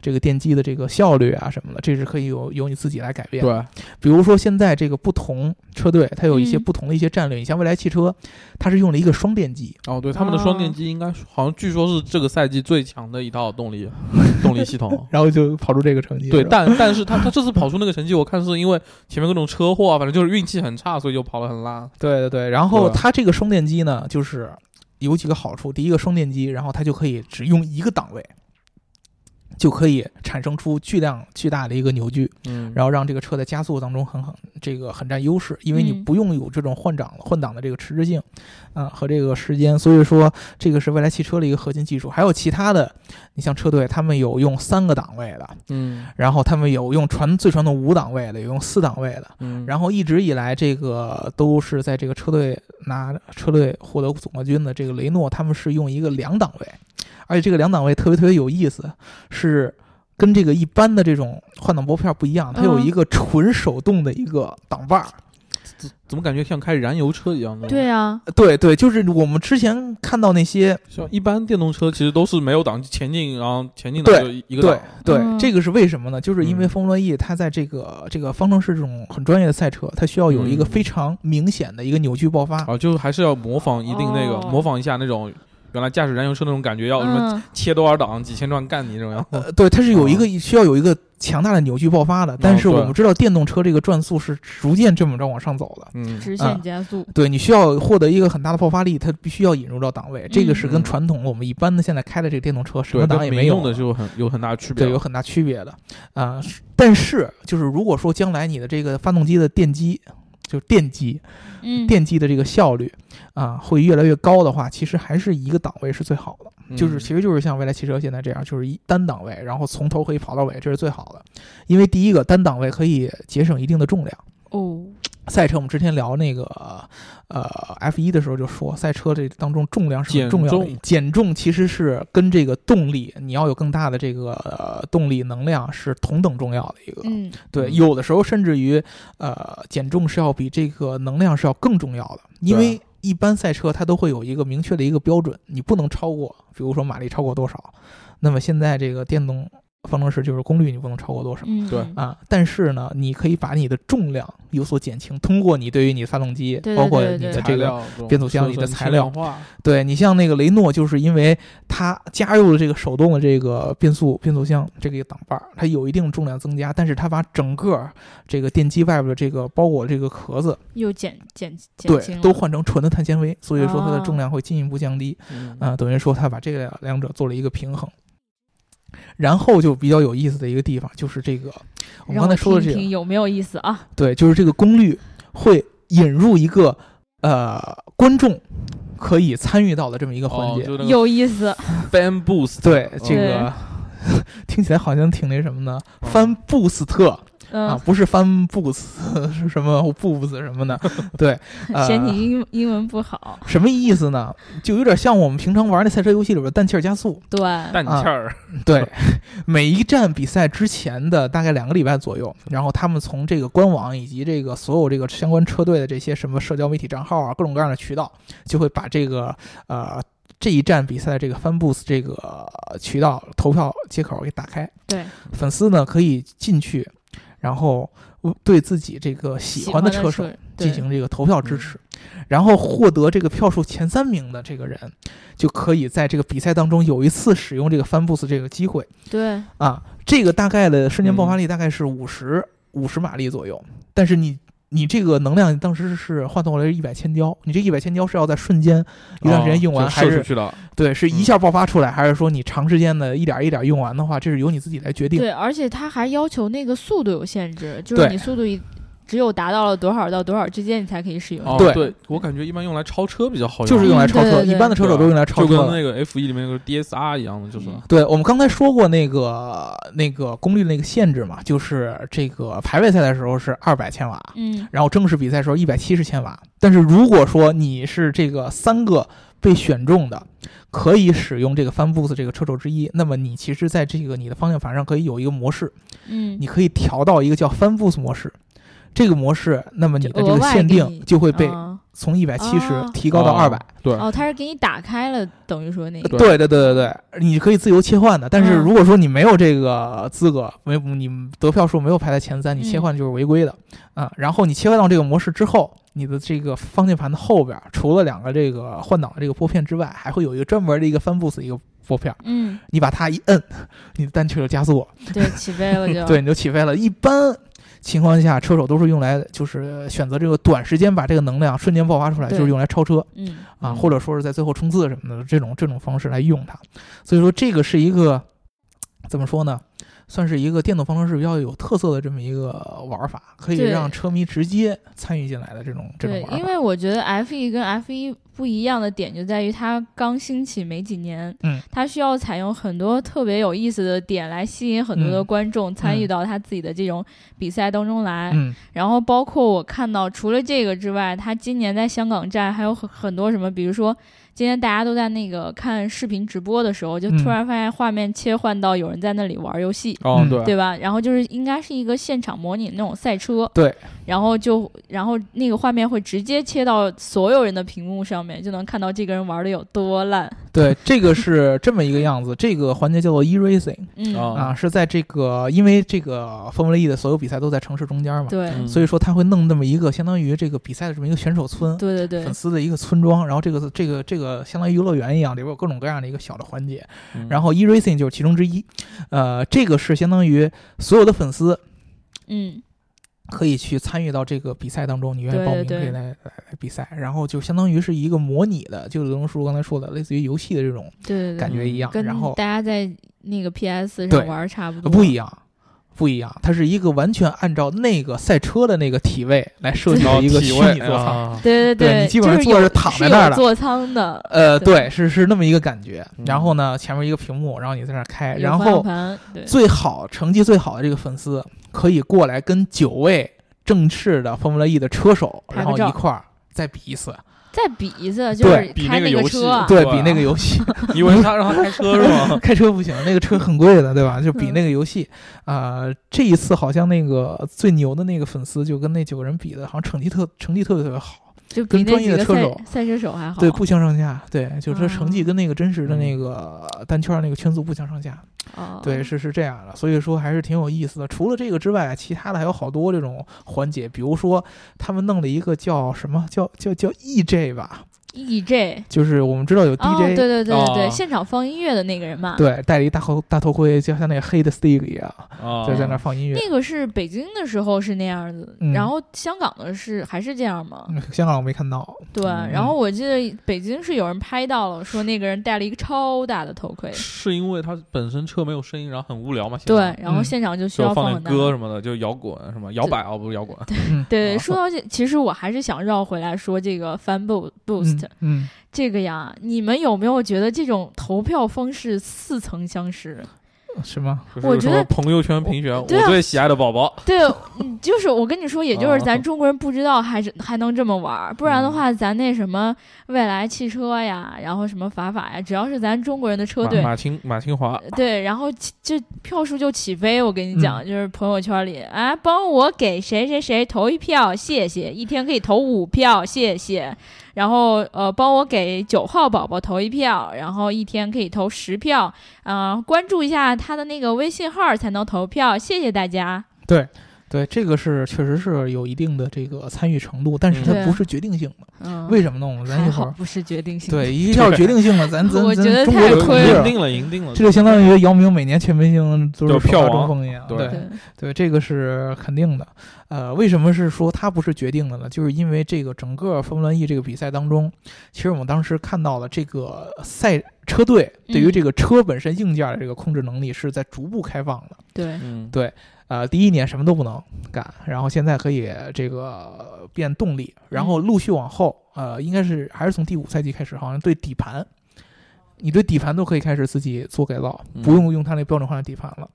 Speaker 3: 这个电机的这个效率啊什么的，这是可以由由你自己来改变。，
Speaker 4: 对，
Speaker 3: 比如说现在这个不同车队它有一些
Speaker 2: 嗯
Speaker 3: 不同的一些战略，你像未来汽车，它是用了一个双电机，
Speaker 4: 哦，对，他们的双
Speaker 3: 嗯
Speaker 4: 电
Speaker 2: 哦
Speaker 4: 机应该是好像据说是这个赛季最强的一套 动力动力系统。
Speaker 3: 然后就跑出这个成绩。
Speaker 4: 对，
Speaker 3: 是吧
Speaker 4: 但但是他他这次跑出那个成绩，我看是因为前面各种车祸啊，反正就是运气很差，所以就跑得很烂。
Speaker 3: 对对对，然后
Speaker 4: 对吧
Speaker 3: 它这个双电机呢，就是有几个好处。第一个，双电机，然后它就可以只用一个档位，就可以产生出巨量巨大的一个扭矩，
Speaker 4: 嗯，
Speaker 3: 然后让这个车在加速当中很很这个很占优势，因为你
Speaker 2: 嗯
Speaker 3: 不用有这种换挡换挡的这个迟滞性，啊、和这个时间，所以说这个是未来汽车的一个核心技术。还有其他的，你像车队，他们有用三个档位的，
Speaker 4: 嗯
Speaker 3: 然后他们有用传最传统五档位的，有用四档位的。
Speaker 4: 嗯，
Speaker 3: 然后一直以来，这个都是在这个车队拿车队获得总冠军的这个雷诺，他们是用一个两档位，而且这个两档位特别特别有意思，是跟这个一般的这种换挡拨片不一样，它有
Speaker 2: 嗯
Speaker 3: 一个纯手动的一个挡把儿。
Speaker 4: 怎怎么感觉像开燃油车一样的？
Speaker 2: 对，啊，
Speaker 3: 对对，就是我们之前看到那些，
Speaker 4: 像一般电动车其实都是没有档，前进然后前进
Speaker 3: 对
Speaker 4: 档就一个
Speaker 3: 对
Speaker 4: 档。
Speaker 3: 对，
Speaker 2: 嗯
Speaker 3: 这个是为什么呢？就是因为
Speaker 4: 嗯
Speaker 3: 风罗 E 它在这个这个方程式这种很专业的赛车，它需要有一个
Speaker 4: 嗯
Speaker 3: 非常明显的一个扭矩爆发。
Speaker 4: 啊，就是还是要模仿一定那个，
Speaker 2: 哦
Speaker 4: 模仿一下那种原来驾驶燃油车那种感觉，要什么
Speaker 2: 嗯，
Speaker 4: 切多少档、几千转干你这种样。
Speaker 3: 呃，对，它是有一个需要有一个强大的扭矩爆发的，但是
Speaker 4: 哦对
Speaker 3: 我们知道电动车这个转速是逐渐这么着往上走的。
Speaker 4: 嗯，
Speaker 2: 直
Speaker 3: 啊
Speaker 2: 线加速，
Speaker 3: 对你需要获得一个很大的爆发力，它必须要引入到档位，这个是跟
Speaker 4: 嗯
Speaker 3: 传统我们一般的现在开的这个电动车什
Speaker 4: 对，
Speaker 3: 么
Speaker 4: 跟
Speaker 3: 档也
Speaker 4: 民
Speaker 3: 没有
Speaker 4: 用的
Speaker 3: 了，
Speaker 4: 就很有很大区别
Speaker 3: 对，有
Speaker 4: 了。
Speaker 3: 很大区别的啊、是但是就是如果说将来你的这个发动机的电机，就是电机
Speaker 2: 嗯，
Speaker 3: 电机的这个效率啊、会越来越高的话，其实还是一个档位是最好的。
Speaker 4: 嗯
Speaker 3: 就是其实就是像未来汽车现在这样，就是一单档位，然后从头可以跑到尾，这是最好的。因为第一个单档位可以节省一定的重量。
Speaker 2: 哦，
Speaker 3: 赛车我们之前聊那个呃 F 1的时候就说，赛车这当中重量是很
Speaker 4: 减
Speaker 3: 重要的
Speaker 4: 重，
Speaker 3: 减重其实是跟这个动力，你要有更大的这个、呃、动力能量是同等重要的一个。
Speaker 2: 嗯，
Speaker 3: 对，
Speaker 4: 嗯
Speaker 3: 有的时候甚至于，呃，减重是要比这个能量是要更重要的，因为一般赛车它都会有一个明确的一个标准，你不能超过，比如说马力超过多少。那么现在这个电动方程式就是功率你不能超过多少。
Speaker 2: 嗯，
Speaker 4: 对
Speaker 3: 啊，但是呢，你可以把你的重量有所减轻，通过你对于你的发动机，
Speaker 2: 对对
Speaker 3: 包括
Speaker 2: 对
Speaker 3: 你
Speaker 2: 对
Speaker 3: 的
Speaker 2: 对
Speaker 3: 这个，变速箱里的材料对你像那个雷诺，就是因为它加入了这个手动的这个变速变速箱这个挡把儿，它有一定重量增加，但是它把整个这个电机外边的这个包裹的这个壳子，
Speaker 2: 又减减减轻
Speaker 3: 对，
Speaker 2: 了，
Speaker 3: 都换成纯的碳纤维，所以说它的
Speaker 2: 哦
Speaker 3: 重量会进一步降低。啊、
Speaker 4: 嗯，
Speaker 3: 等于说它把这个两者做了一个平衡。然后就比较有意思的一个地方就是这个，我们
Speaker 2: 让
Speaker 3: 刚才说的
Speaker 2: 听
Speaker 3: 这个，
Speaker 2: 听有没有意思 啊？
Speaker 3: 对，就是这个功率会引入一个呃观众可以参与到的这么一个环
Speaker 4: 哦，
Speaker 3: 节。
Speaker 4: 就那个
Speaker 2: 有意思，
Speaker 4: fan boost，
Speaker 3: 对，这
Speaker 2: 对
Speaker 3: 个听起来好像挺那什么的，
Speaker 4: 嗯
Speaker 3: 翻布斯特啊
Speaker 2: 嗯，，
Speaker 3: 不是翻布斯 是什么布斯什 么的，对，呃
Speaker 2: 嫌你英英文不好，
Speaker 3: 什么意思呢？就有点像我们平常玩那赛车游戏里边的氮气儿加速，
Speaker 2: 对，
Speaker 4: 氮
Speaker 3: 啊
Speaker 4: 气儿，
Speaker 3: 对，每一站比赛之前的大概两个礼拜左右，然后他们从这个官网以及这个所有这个相关车队的这些什么社交媒体账号啊，各种各样的渠道，就会把这个呃这一站比赛的这个 fan booth 这个呃渠道投票接口给打开，
Speaker 2: 对，
Speaker 3: 粉丝呢可以进去，然后呃对自己这个喜欢的嗯车手
Speaker 2: 对
Speaker 3: 进行这个投票支持，然后获得这个票数前三名的这个人，就可以在这个比赛当中有一次使用这个 fan booth 这个机会。
Speaker 2: 对，
Speaker 3: 啊，这个大概的瞬间爆发力大概是五十五十马力左右，但是你。你这个能量当时是换算过来一百千焦，你这一百千焦是要在瞬间一段时间用完，
Speaker 4: 哦就
Speaker 3: 还
Speaker 4: 射出
Speaker 3: 是
Speaker 4: 去了？
Speaker 3: 对是一下爆发出来，还是说你长时间的一点儿一点儿用完的话，这是由你自己来决定。
Speaker 2: 对，而且它还要求那个速度有限制，就是
Speaker 3: 对
Speaker 2: 你速度一只有达到了多少到多少之间，你才可以使用。
Speaker 4: 哦，
Speaker 3: 对
Speaker 4: 对，我感觉一般用来超车比较好用，
Speaker 3: 就是用来
Speaker 2: 嗯
Speaker 3: 超
Speaker 2: 对
Speaker 3: 车，
Speaker 2: 对
Speaker 3: 一
Speaker 2: 对
Speaker 3: 般的车手都用来超
Speaker 4: 就
Speaker 3: 车
Speaker 4: 跟
Speaker 3: 的。
Speaker 4: 那个 F 一里面那个 DSR 一样的，就是
Speaker 3: 嗯对我们刚才说过那个那个功率那个限制嘛，就是这个排位赛的时候是二百千瓦，
Speaker 2: 嗯，
Speaker 3: 然后正式比赛的时候一百七十千瓦。但是如果说你是这个三个被选中的，可以使用这个 Fan Boost 这个车手之一，那么你其实在这个你的方向盘上可以有一个模式，
Speaker 2: 嗯，
Speaker 3: 你可以调到一个叫 Fan Boost 模式。这个模式，那么你的这
Speaker 2: 就额
Speaker 3: 个
Speaker 2: 外
Speaker 3: 限
Speaker 2: 给你
Speaker 3: 定就会被
Speaker 2: 哦
Speaker 3: 从一百七十
Speaker 2: 哦
Speaker 3: 提高到二百、
Speaker 4: 哦对，
Speaker 2: 哦，它是给你打开了，等于说那个
Speaker 4: 对
Speaker 3: 对对对对对，你可以自由切换的。但是
Speaker 2: 嗯
Speaker 3: 如果说你没有这个资格，没你得票数没有排在前三，你
Speaker 2: 嗯
Speaker 3: 切换就是违规的啊、然后你切换到这个模式之后，你的这个方向盘的后边，除了两个这个换挡的这个拨片之外，还会有一个专门的一个翻 boost 一个拨片，
Speaker 2: 嗯，
Speaker 3: 你把它一摁， 你的单曲就加速，
Speaker 2: 对，起飞 了就
Speaker 3: 对，你就起飞了。一般情况下，车手都是用来就是选择这个短时间把这个能量瞬间爆发出来，
Speaker 2: 对
Speaker 3: 就是用来超车。
Speaker 2: 嗯
Speaker 3: 啊，或者说是在最后冲刺什么的这种这种方式来用它。所以说这个是一个怎么说呢？算是一个电动方程式比较有特色的这么一个玩法，可以
Speaker 2: 对
Speaker 3: 让车迷直接参与进来的这种这种
Speaker 2: 对
Speaker 3: 玩，法。
Speaker 2: 因为我觉得 F 一跟 F 一不一样的点就在于它刚兴起没几年，
Speaker 3: 嗯，
Speaker 2: 它需要采用很多特别有意思的点来吸引很多的
Speaker 3: 嗯
Speaker 2: 观众参与
Speaker 3: 嗯
Speaker 2: 到它自己的这种比赛当中来。
Speaker 3: 嗯，
Speaker 2: 然后包括我看到，除了这个之外，它今年在香港站还有很很多什么，比如说今天大家都在那个看视频直播的时候，就
Speaker 3: 嗯
Speaker 2: 突然发现画面切换到有人在那里玩游戏。
Speaker 4: 哦
Speaker 3: 嗯
Speaker 4: 对，
Speaker 2: 对吧？然后就是应该是一个现场模拟那种赛车，
Speaker 3: 对，
Speaker 2: 然后就然后那个画面会直接切到所有人的屏幕上面，就能看到这个人玩的有多烂。
Speaker 3: 对，这个是这么一个样子。这个环节叫做 e racing
Speaker 2: 嗯，
Speaker 4: 哦
Speaker 3: 啊，是在这个因为这个 Formula E 的所有比赛都在城市中间嘛，
Speaker 2: 对、
Speaker 4: 嗯
Speaker 3: 所以说他会弄那么一个相当于这个比赛的这么一个选手村，
Speaker 2: 对对对
Speaker 3: 粉，丝的一个村庄，然后这个这个这个相当于游乐园一样，里边有各种各样的一个小的环节，
Speaker 4: 嗯
Speaker 3: 然后 e racing 就是其中之一，呃，这个是相当于所有的粉丝
Speaker 2: 嗯
Speaker 3: 可以去参与到这个比赛当中，你愿意
Speaker 2: 对
Speaker 3: 报名
Speaker 2: 对
Speaker 3: 可以来来来比赛，然后就相当于是一个模拟的，就刘龙叔叔刚才说的，类似于游戏的这种
Speaker 2: 对对
Speaker 3: 感
Speaker 2: 对，
Speaker 3: 觉一样，
Speaker 2: 嗯跟
Speaker 3: 然后
Speaker 2: 大家在那个 PS
Speaker 3: 对
Speaker 2: 上玩儿差不
Speaker 3: 呃
Speaker 2: 多，
Speaker 3: 不一样。不一样，它是一个完全按照那个赛车的那个体位来设计的一个
Speaker 4: 哦体
Speaker 3: 虚
Speaker 4: 位
Speaker 3: 拟座舱，
Speaker 4: 啊
Speaker 2: 对对
Speaker 3: 对你基本上
Speaker 2: 就是
Speaker 3: 坐着
Speaker 2: 有
Speaker 3: 躺
Speaker 2: 是
Speaker 3: 在那儿
Speaker 2: 有
Speaker 3: 了
Speaker 2: 座舱的，
Speaker 3: 呃，
Speaker 2: 对
Speaker 3: 对，是是那么一个感觉。
Speaker 4: 嗯
Speaker 3: 然后呢，前面一个屏幕，然后你在那儿开，
Speaker 2: 有
Speaker 3: 哎然
Speaker 2: 方向
Speaker 3: 后
Speaker 2: 盘对
Speaker 3: 最好成绩最好的这个粉丝可以过来跟九位正式的 Formula E 的车手，
Speaker 2: 拍个
Speaker 3: 然后
Speaker 2: 照啊
Speaker 3: 一块儿再比一次，
Speaker 2: 再比一次，就
Speaker 3: 对
Speaker 2: 是
Speaker 4: 比
Speaker 2: 开
Speaker 4: 那个游戏
Speaker 2: 车啊，
Speaker 3: 对
Speaker 4: 对
Speaker 3: 比那个游戏，
Speaker 4: 你以为他让他开车是吗？
Speaker 3: 开车不行，那个车很贵的，对吧？就比
Speaker 2: 嗯
Speaker 3: 那个游戏，呃，这一次好像那个最牛的那个粉丝就跟那九个人比的，好像成绩特成绩特别特别好，
Speaker 2: 就比
Speaker 3: 跟
Speaker 2: 那
Speaker 3: 专
Speaker 2: 几
Speaker 3: 业
Speaker 2: 个
Speaker 3: 的车
Speaker 2: 赛
Speaker 3: 手
Speaker 2: 赛车手还好，
Speaker 3: 对，不相上下，对，就是说成绩
Speaker 2: 哦
Speaker 3: 跟那个真实的那个
Speaker 2: 嗯
Speaker 3: 单圈儿那个圈速不相上下。
Speaker 2: 哦
Speaker 3: 对，是是这样的，所以说还是挺有意思的。除了这个之外，其他的还有好多这种环节，比如说他们弄了一个叫什么叫叫叫 EJ 吧，
Speaker 2: EJ
Speaker 3: 就是我们知道有 DJ，、
Speaker 2: ，E 哦，对对对对对，
Speaker 4: 哦
Speaker 2: 现场放音乐的那个人嘛。，
Speaker 3: 对戴了一大头大头盔，就像那个黑的 Steve 一样，
Speaker 2: 哦
Speaker 4: 啊，
Speaker 3: 就在那儿放音乐。
Speaker 2: 那个是北京的时候是那样子，
Speaker 3: 嗯
Speaker 2: 然后香港的是还是这样吗？
Speaker 3: 嗯香港我没 看到，
Speaker 2: 对，
Speaker 4: 嗯
Speaker 2: 然后我记得北京是有人拍到了，说那个人戴了一个超大的头盔，
Speaker 4: 是因为它本身车没有声音，然后很无聊嘛。现
Speaker 2: 对
Speaker 4: 在，
Speaker 2: 然后
Speaker 3: 嗯
Speaker 2: 现场就需
Speaker 4: 就
Speaker 2: 要
Speaker 4: 放
Speaker 2: 很
Speaker 4: 点
Speaker 2: 大。
Speaker 4: 歌什么的，就摇滚什么摇摆哦，不是摇滚，
Speaker 3: 嗯，
Speaker 2: 对，
Speaker 4: 啊
Speaker 2: 说到这，其实我还是想绕回来说这个 Fan bo- Boost、
Speaker 3: 嗯，嗯，
Speaker 2: 这个呀，你们有没有觉得这种投票方式似曾相识？
Speaker 3: 什么？
Speaker 4: 就是
Speaker 2: 我觉得
Speaker 4: 说朋友圈评选我
Speaker 2: 对啊
Speaker 4: 最喜爱的宝宝，
Speaker 2: 对，嗯就是我跟你说，也就是咱
Speaker 4: 哦
Speaker 2: 中国人不知道还是还能这么玩儿，不然的话，咱那什么未来汽车呀，然后什么法法呀，只要是咱中国人的车
Speaker 4: 马
Speaker 2: 队，
Speaker 4: 马清马清华，
Speaker 2: 对，然后起就票数就起飞。我跟你讲，就是朋友圈里啊，帮我给谁谁谁投一票，谢谢，一天可以投五票，谢谢。然后呃，帮我给九号宝宝投一票，然后一天可以投十票，啊、关注一下他的那个微信号才能投票，谢谢大家。
Speaker 3: 对，这个是确实是有一定的这个参与程度，但是
Speaker 4: 嗯
Speaker 3: 它
Speaker 2: 对
Speaker 3: 不是决定性的。
Speaker 2: 嗯，
Speaker 3: 为什么呢？我们咱
Speaker 2: 还
Speaker 3: 一会
Speaker 2: 好
Speaker 3: 儿
Speaker 2: 不是决定性。
Speaker 3: 对，一要是决定性了，咱 咱
Speaker 2: 我觉得
Speaker 3: 咱中
Speaker 2: 太
Speaker 3: 国
Speaker 2: 亏
Speaker 3: 就亏
Speaker 4: 呃赢
Speaker 3: 了。
Speaker 4: 定了，赢定了，
Speaker 3: 这就相当于姚明每年全明星都是
Speaker 4: 就是票
Speaker 3: 手抓
Speaker 4: 王
Speaker 3: 中锋一样，
Speaker 4: 对
Speaker 2: 对，
Speaker 3: 啊对，这个是肯定的。呃，为什么是说它不是决定的呢？就是因为这个整个《风乱 E》这个比赛当中，其实我们当时看到了这个赛车队对于
Speaker 2: 嗯
Speaker 3: 这个车本身硬件的这个控制能力是在逐步开放的。
Speaker 2: 对
Speaker 4: 嗯，
Speaker 3: 对，呃，第一年什么都不能干，然后现在可以这个变动力，然
Speaker 4: 嗯
Speaker 3: 后陆续往后，呃，应该是还是从第五赛季开始，好像对底盘，你对底盘都可以开始自己做改造，
Speaker 4: 嗯
Speaker 3: 不用用它那标准化的底盘了。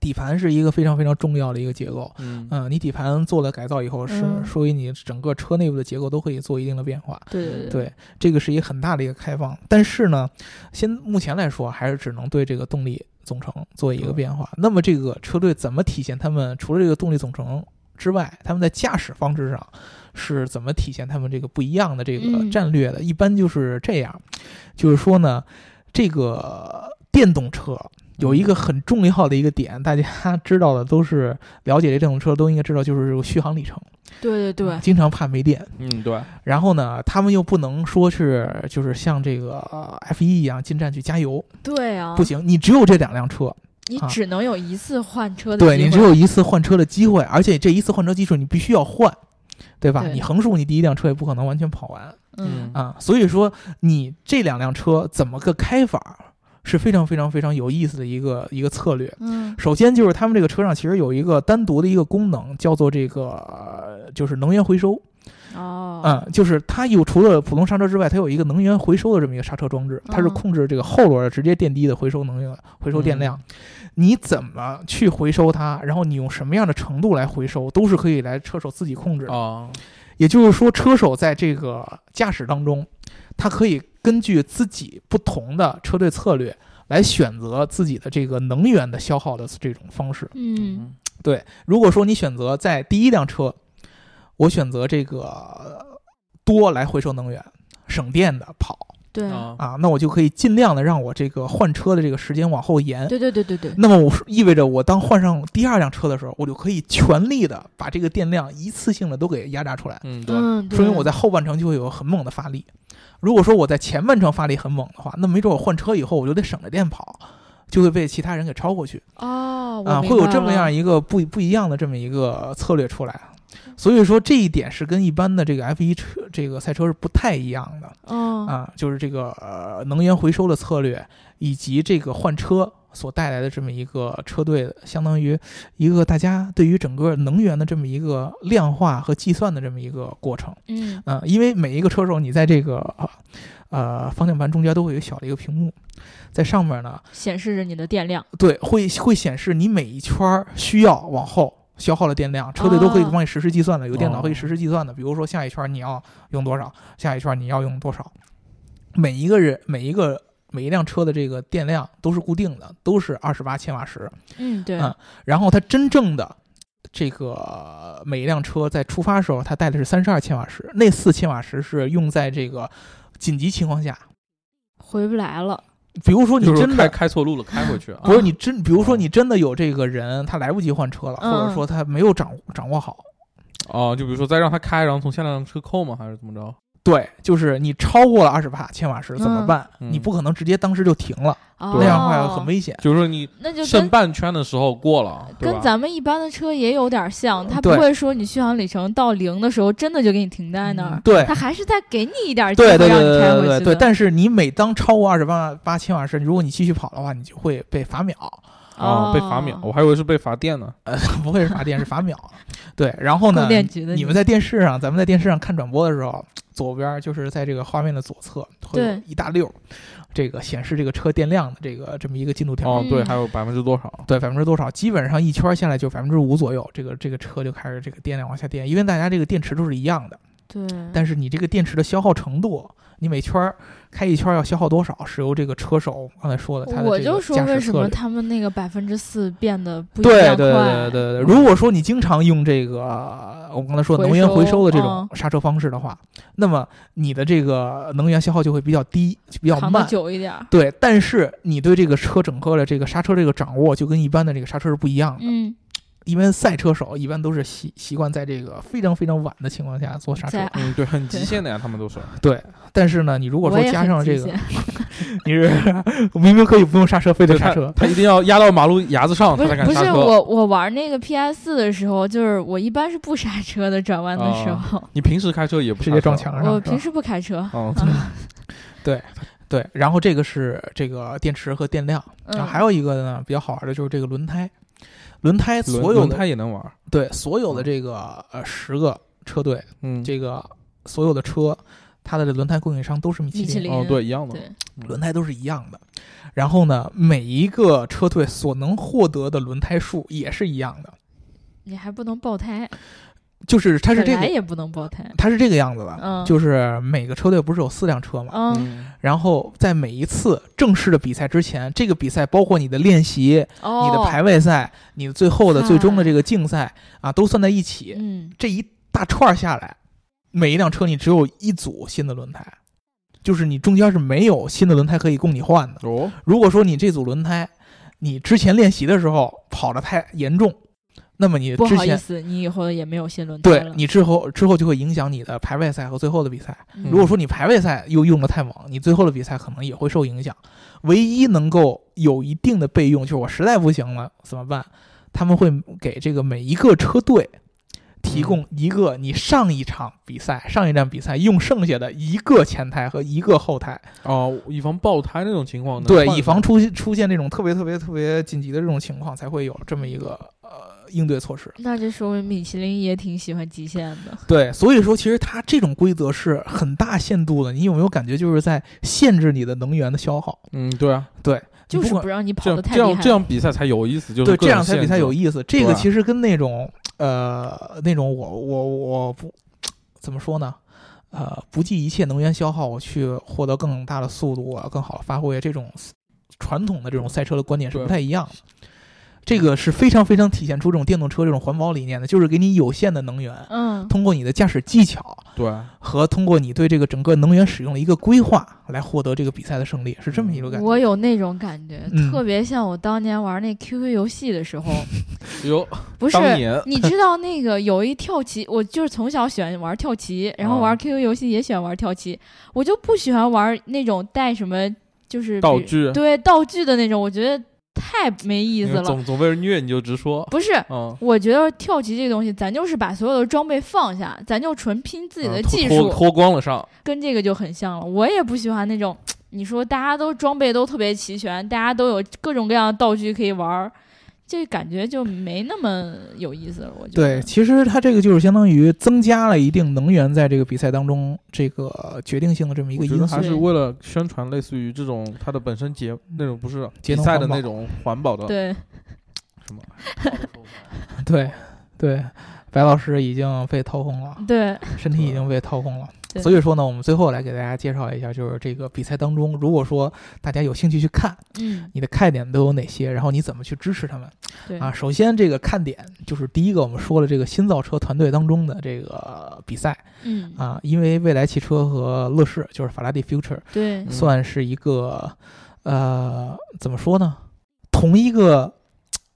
Speaker 3: 底盘是一个非常非常重要的一个结构，
Speaker 4: 嗯
Speaker 3: 嗯、你底盘做了改造以后，是
Speaker 2: 嗯
Speaker 3: 所以你整个车内部的结构都可以做一定的变化。
Speaker 2: 对对
Speaker 3: 对，这个是一个很大的一个开放。但是呢，先目前来说，还是只能对这个动力总成做一个
Speaker 4: 对
Speaker 3: 变化。那么这个车队怎么体现他们除了这个动力总成之外，他们在驾驶方式上是怎么体现他们这个不一样的这个
Speaker 2: 嗯
Speaker 3: 战略的？一般就是这样，就是说呢，这个电动车。有一个很重要的一个点，大家知道的都是了解这电动车都应该知道，就是这个续航里程。
Speaker 2: 对对对，
Speaker 3: 经常怕没电，
Speaker 4: 嗯，对，
Speaker 3: 然后呢，他们又不能说是就是像这个呃 F 一一样进站去加油，
Speaker 2: 对啊，
Speaker 3: 不，行，你只有这两辆车，
Speaker 2: 你
Speaker 3: 啊
Speaker 2: 只能有一次换车的
Speaker 3: 对
Speaker 2: 机
Speaker 3: 你
Speaker 2: 会
Speaker 3: 只有一次换车的机会，而且这一次换车技术你必须要换，对吧？
Speaker 2: 对
Speaker 3: 你横竖你第一辆车也不可能完全跑完
Speaker 2: 嗯
Speaker 3: 啊，所以说你这两辆车怎么个开法是非常非常非常有意思的一个一个策略。
Speaker 2: 嗯
Speaker 3: 首先就是他们这个车上其实有一个单独的一个功能，叫做这个呃就是能源回收。
Speaker 2: 哦
Speaker 3: 嗯，就是它有除了普通刹车之外，它有一个能源回收的这么一个刹车装置，它是
Speaker 2: 嗯
Speaker 3: 控制这个后轮儿直接电机的回收能源、回收电
Speaker 2: 嗯
Speaker 3: 量。你怎么去回收它，然后你用什么样的程度来回收，都是可以来车手自己控制的。
Speaker 4: 啊，
Speaker 3: 也就是说，车手在这个驾驶当中，他可以根据自己不同的车队策略来选择自己的这个能源的消耗的这种方式。
Speaker 2: 嗯，
Speaker 3: 对，如果说你选择在第一辆车，我选择这个呃多来回收能源，省电的跑
Speaker 2: 对
Speaker 4: 啊，
Speaker 3: 啊，那我就可以尽量的让我这个换车的这个时间往后延。
Speaker 2: 对对对对对，
Speaker 3: 那么我是意味着我当换上第二辆车的时候，我就可以全力的把这个电量一次性的都给压榨出来，
Speaker 4: 嗯，对，
Speaker 2: 嗯，
Speaker 3: 说明
Speaker 2: 对
Speaker 3: 我在后半程就会有很猛的发力。如果说我在前半程发力很猛的话，那没准我换车以后我就得省着电跑，就会被其他人给超过去。
Speaker 2: 哦，我
Speaker 3: 啊，
Speaker 2: 明
Speaker 3: 会有
Speaker 2: 白
Speaker 3: 这么
Speaker 2: 了
Speaker 3: 样一个不不一样的这么一个策略出来。啊所以说这一点是跟一般的这个 F 一车这个赛车是不太一样的
Speaker 2: 嗯
Speaker 3: 啊，就是这个呃能源回收的策略以及这个换车所带来的这么一个车队，相当于一个大家对于整个能源的这么一个量化和计算的这么一个过程。
Speaker 2: 嗯
Speaker 3: 嗯，因为每一个车手你在这个呃方向盘中间都会有一个小的一个屏幕，在上面呢
Speaker 2: 显示着你的电量，
Speaker 3: 对，会会显示你每一圈儿需要往后消耗的电量，车队都可以
Speaker 2: 哦
Speaker 3: 帮你实时计算的，有电脑可以
Speaker 4: 哦
Speaker 3: 实时计算的。比如说下一圈儿你要用多少，下一圈儿你要用多少，每一个人每一个每一辆车的这个电量都是固定的，都是二十八千瓦时。
Speaker 2: 嗯，对，
Speaker 3: 嗯然后它真正的这个每一辆车在出发的时候，它带的是三十二千瓦时，那四千瓦时是用在这个紧急情况下，
Speaker 2: 回不来了，
Speaker 3: 比如说你
Speaker 4: 就是
Speaker 3: 真
Speaker 4: 开
Speaker 3: 的
Speaker 4: 开错路了，开回去啊
Speaker 3: 不，是你真，比如说你真的有这个人，他来不及换车了，
Speaker 2: 嗯
Speaker 3: 或者说他没有掌掌握好。
Speaker 4: 哦，就比如说再让他开，然后从下辆车扣吗？还是怎么着？
Speaker 3: 对，就是你超过了二十帕千瓦时怎么办？
Speaker 4: 嗯
Speaker 3: 你不可能直接当时就停了，
Speaker 2: 那
Speaker 3: 那样的话很，危险。
Speaker 4: 就是说你
Speaker 2: 哦那就
Speaker 4: 剩
Speaker 2: 跟。
Speaker 4: 半圈的时候过了，对
Speaker 2: 跟
Speaker 4: 吧？
Speaker 2: 咱们一般的车也有点像，它不
Speaker 3: 嗯对
Speaker 2: 会说你续航里程到零的时候，真的就给你停在那儿，
Speaker 3: 对
Speaker 2: 它还是在给你一点机会
Speaker 3: 嗯对对对
Speaker 2: 让你开
Speaker 3: 对
Speaker 2: 回去
Speaker 3: 对
Speaker 2: 的。
Speaker 3: 对，但是你每当超过二十八八千瓦时，如果你继续跑的话，你就会被罚秒，
Speaker 2: 哦
Speaker 3: 哦
Speaker 4: 啊，被罚秒，我还以为是被罚电呢。
Speaker 3: 呃， 不会是罚电，是罚秒。啊对，然后
Speaker 2: 供
Speaker 3: 呢，
Speaker 2: 电局的
Speaker 3: 你们在电视上，咱们在电视上看转播的时候，左边儿就是在这个画面的左侧会有
Speaker 2: 对
Speaker 3: 一大溜儿，这个显示这个车电量的这个这么一个进度条。
Speaker 4: 哦，对，
Speaker 2: 嗯
Speaker 4: 还有百分之多少？
Speaker 3: 对，百分之多少？基本上一圈下来就百分之五左右，这个这个车就开始这个电量往下电，因为大家这个电池都是一样的，
Speaker 2: 对，
Speaker 3: 但是你这个电池的消耗程度，你每圈儿开一圈儿要消耗多少，是由这个车手刚才说的他的
Speaker 2: 我
Speaker 3: 这个
Speaker 2: 就说
Speaker 3: 驾驶
Speaker 2: 为什
Speaker 3: 策
Speaker 2: 么
Speaker 3: 略。
Speaker 2: 他们那个百分之四变得不一
Speaker 3: 对对
Speaker 2: 样快？
Speaker 3: 对对对，呃如果说你经常用这个呃我刚才说能源回收的这种
Speaker 2: 嗯
Speaker 3: 刹车方式的话，那么你的这个呃能源消耗就会比较低，就比较
Speaker 2: 扛得
Speaker 3: 慢。
Speaker 2: 久一点儿。
Speaker 3: 对，但是你对这个车整个的这个刹车这个掌握，就跟一般的这个刹车是不一样的。
Speaker 2: 嗯，
Speaker 3: 因为赛车手一般都是习习惯在这个非常非常晚的情况下做刹车
Speaker 2: 在，
Speaker 4: 嗯，对，很极限的呀，他们 都是。
Speaker 3: 对。但是呢，你如果
Speaker 2: 我
Speaker 3: 说
Speaker 2: 也
Speaker 3: 加
Speaker 2: 很
Speaker 3: 上
Speaker 2: 极
Speaker 3: 这个，
Speaker 2: 限
Speaker 3: 你是明明可以不用刹车，非得
Speaker 4: 他
Speaker 3: 刹车。
Speaker 4: 他一定要压到马路牙子上，
Speaker 2: 不
Speaker 4: 他才
Speaker 2: 是
Speaker 4: 敢
Speaker 2: 不是
Speaker 4: 刹车。
Speaker 2: 我我玩那个 PS 四的时候，就是我一般是不刹车的，转弯的时
Speaker 4: 啊
Speaker 2: 候，
Speaker 4: 你平时开车也啊不
Speaker 3: 直
Speaker 4: 刹
Speaker 3: 接
Speaker 4: 车
Speaker 3: 撞墙上
Speaker 2: 我
Speaker 3: 是吧啊
Speaker 2: 平时不开 车。
Speaker 4: 哦，
Speaker 3: 对，然后这个是这个电池和电量，然
Speaker 2: 嗯，
Speaker 3: 后还有一个呢比较好玩的就是这个轮胎，轮胎
Speaker 4: 轮
Speaker 3: 所有
Speaker 4: 轮
Speaker 3: 的
Speaker 4: 胎也能玩儿，
Speaker 3: 对所有的这个呃十个车队，
Speaker 4: 嗯，
Speaker 3: 这个所有的车，它的这轮胎供应商都是米其
Speaker 2: 米其
Speaker 3: 林，
Speaker 2: 林
Speaker 4: 哦对一样的，
Speaker 2: 对，
Speaker 3: 轮胎都是一样的。然后呢，每一个车队所能获得的轮胎数也是一样的，
Speaker 2: 你还不能爆胎，
Speaker 3: 就是它是这
Speaker 2: 本来
Speaker 3: 个，
Speaker 2: 也不能爆胎，
Speaker 3: 它是这个样子的。
Speaker 2: 嗯，
Speaker 3: 就是每个车队不是有四辆车嘛，
Speaker 2: 嗯
Speaker 4: 嗯
Speaker 3: 然后在每一次正式的比赛之前，这个比赛包括你的练习、
Speaker 2: 哦，
Speaker 3: 你的排位赛、你最后的
Speaker 2: 嗨
Speaker 3: 最终的这个竞赛啊，都算在一起。
Speaker 2: 嗯，
Speaker 3: 这一大串儿下来，每一辆车你只有一组新的轮胎，就是你中间是没有新的轮胎可以供你换的。
Speaker 4: 哦，
Speaker 3: 如果说你这组轮胎，你之前练习的时候跑得太严重，那么你
Speaker 2: 不
Speaker 3: 之
Speaker 2: 好意
Speaker 3: 前
Speaker 2: 思，你以后也没有新轮胎
Speaker 3: 对
Speaker 2: 了。
Speaker 3: 你之后之后就会影响你的排位赛和最后的比赛。
Speaker 2: 嗯
Speaker 3: 如果说你排位赛又用的太猛，你最后的比赛可能也会受影响。唯一能够有一定的备用，就是我实在不行了怎么办？他们会给这个每一个车队
Speaker 2: 嗯
Speaker 3: 提供一个你上一场比赛、上一站比赛用剩下的一个前台和一个后台，
Speaker 4: 哦，以防爆胎那种情况呢，
Speaker 3: 对，
Speaker 4: 换
Speaker 3: 以
Speaker 4: 一
Speaker 3: 防
Speaker 4: 下
Speaker 3: 出出现这种特别特别特别紧急的这种情况，才会有这么一个呃应对措施。
Speaker 2: 那这说明米其林也挺喜欢极限的。
Speaker 3: 对，所以说其实它这种规则是很大限度的，你有没有感觉就是在限制你的能源的消耗？
Speaker 4: 嗯，对啊，
Speaker 3: 对，
Speaker 2: 就
Speaker 3: 不
Speaker 2: 是
Speaker 3: 管
Speaker 2: 不让你跑
Speaker 4: 这
Speaker 2: 得
Speaker 4: 样
Speaker 2: 太
Speaker 4: 这
Speaker 2: 厉害
Speaker 4: 样这样比赛才有意思，就是
Speaker 3: 对，
Speaker 4: 各
Speaker 3: 这样
Speaker 4: 种
Speaker 3: 才比
Speaker 4: 限
Speaker 3: 赛
Speaker 4: 制
Speaker 3: 有意思。这个
Speaker 4: 对
Speaker 3: 其实跟那种呃那种我我我不怎么说呢？呃，不计一切能源消耗，我去获得更大的速度，我要更好的发挥，啊这种传统的这种赛车的观点是不
Speaker 4: 对
Speaker 3: 太一样的。这个是非常非常体现出这种电动车这种环保理念的，就是给你有限的能源，
Speaker 2: 嗯，
Speaker 3: 通过你的驾驶技巧
Speaker 4: 对，啊
Speaker 3: 和通过你对这个整个能源使用的一个规划来获得这个比赛的胜利，是这么一个感觉。
Speaker 2: 我有那种感觉，
Speaker 3: 嗯
Speaker 2: 特别像我当年玩那 QQ 游戏的 时候，
Speaker 4: 有
Speaker 2: 不是
Speaker 4: 当 年
Speaker 2: 你知道那个有一跳棋，我就是从小喜欢玩跳 棋，然后玩
Speaker 4: 啊
Speaker 2: QQ 游戏也喜欢玩跳棋，我就不喜欢玩那种带什么就是
Speaker 4: 道
Speaker 2: 比
Speaker 4: 具，
Speaker 2: 对道具的那种，我觉得太没意
Speaker 4: 你
Speaker 2: 思了。
Speaker 4: 嗯总总被人虐，你就直说，
Speaker 2: 不是，
Speaker 4: 嗯，
Speaker 2: 我觉得跳棋这个东西，咱就是把所有的装备放下，咱就纯拼自己的
Speaker 4: 嗯脱
Speaker 2: 技
Speaker 4: 脱
Speaker 2: 术，
Speaker 4: 脱光了上，
Speaker 2: 跟这个就很像了。我也不喜欢那种，你说大家都装备都特别齐全，大家都有各种各样的道具可以玩儿，这感觉就没那么有意思了。我觉
Speaker 3: 对，
Speaker 2: 得，
Speaker 3: 其实它这个就是相当于增加了一定能源在这个比赛当中这个决定性的这么一个
Speaker 4: 我觉
Speaker 3: 因
Speaker 4: 得
Speaker 3: 素
Speaker 4: 还。是为了宣传，类似于这种它的本身节那种不是
Speaker 3: 节
Speaker 4: 比
Speaker 3: 能
Speaker 4: 赛的
Speaker 3: 环保
Speaker 4: 那种环保的
Speaker 2: 对
Speaker 4: 什么，好的说法
Speaker 3: 对，对，白老师已经被掏空了，
Speaker 2: 对
Speaker 3: 身体已经被掏空了。
Speaker 2: 对
Speaker 3: 所以说呢，我们最后来给大家介绍一下，就是这个比赛当中，如果说大家有兴趣去看，
Speaker 2: 嗯，
Speaker 3: 你的看点都有哪些，然后你怎么去支持他们
Speaker 2: 对
Speaker 3: 啊？首先，这个看点就是第一个，我们说了这个新造车团队当中的这个比赛
Speaker 2: 嗯，
Speaker 3: 啊，因为未来汽车和乐视就是法拉第 Future
Speaker 2: 对
Speaker 4: 嗯
Speaker 3: 算是一个，呃，怎么说呢？同一个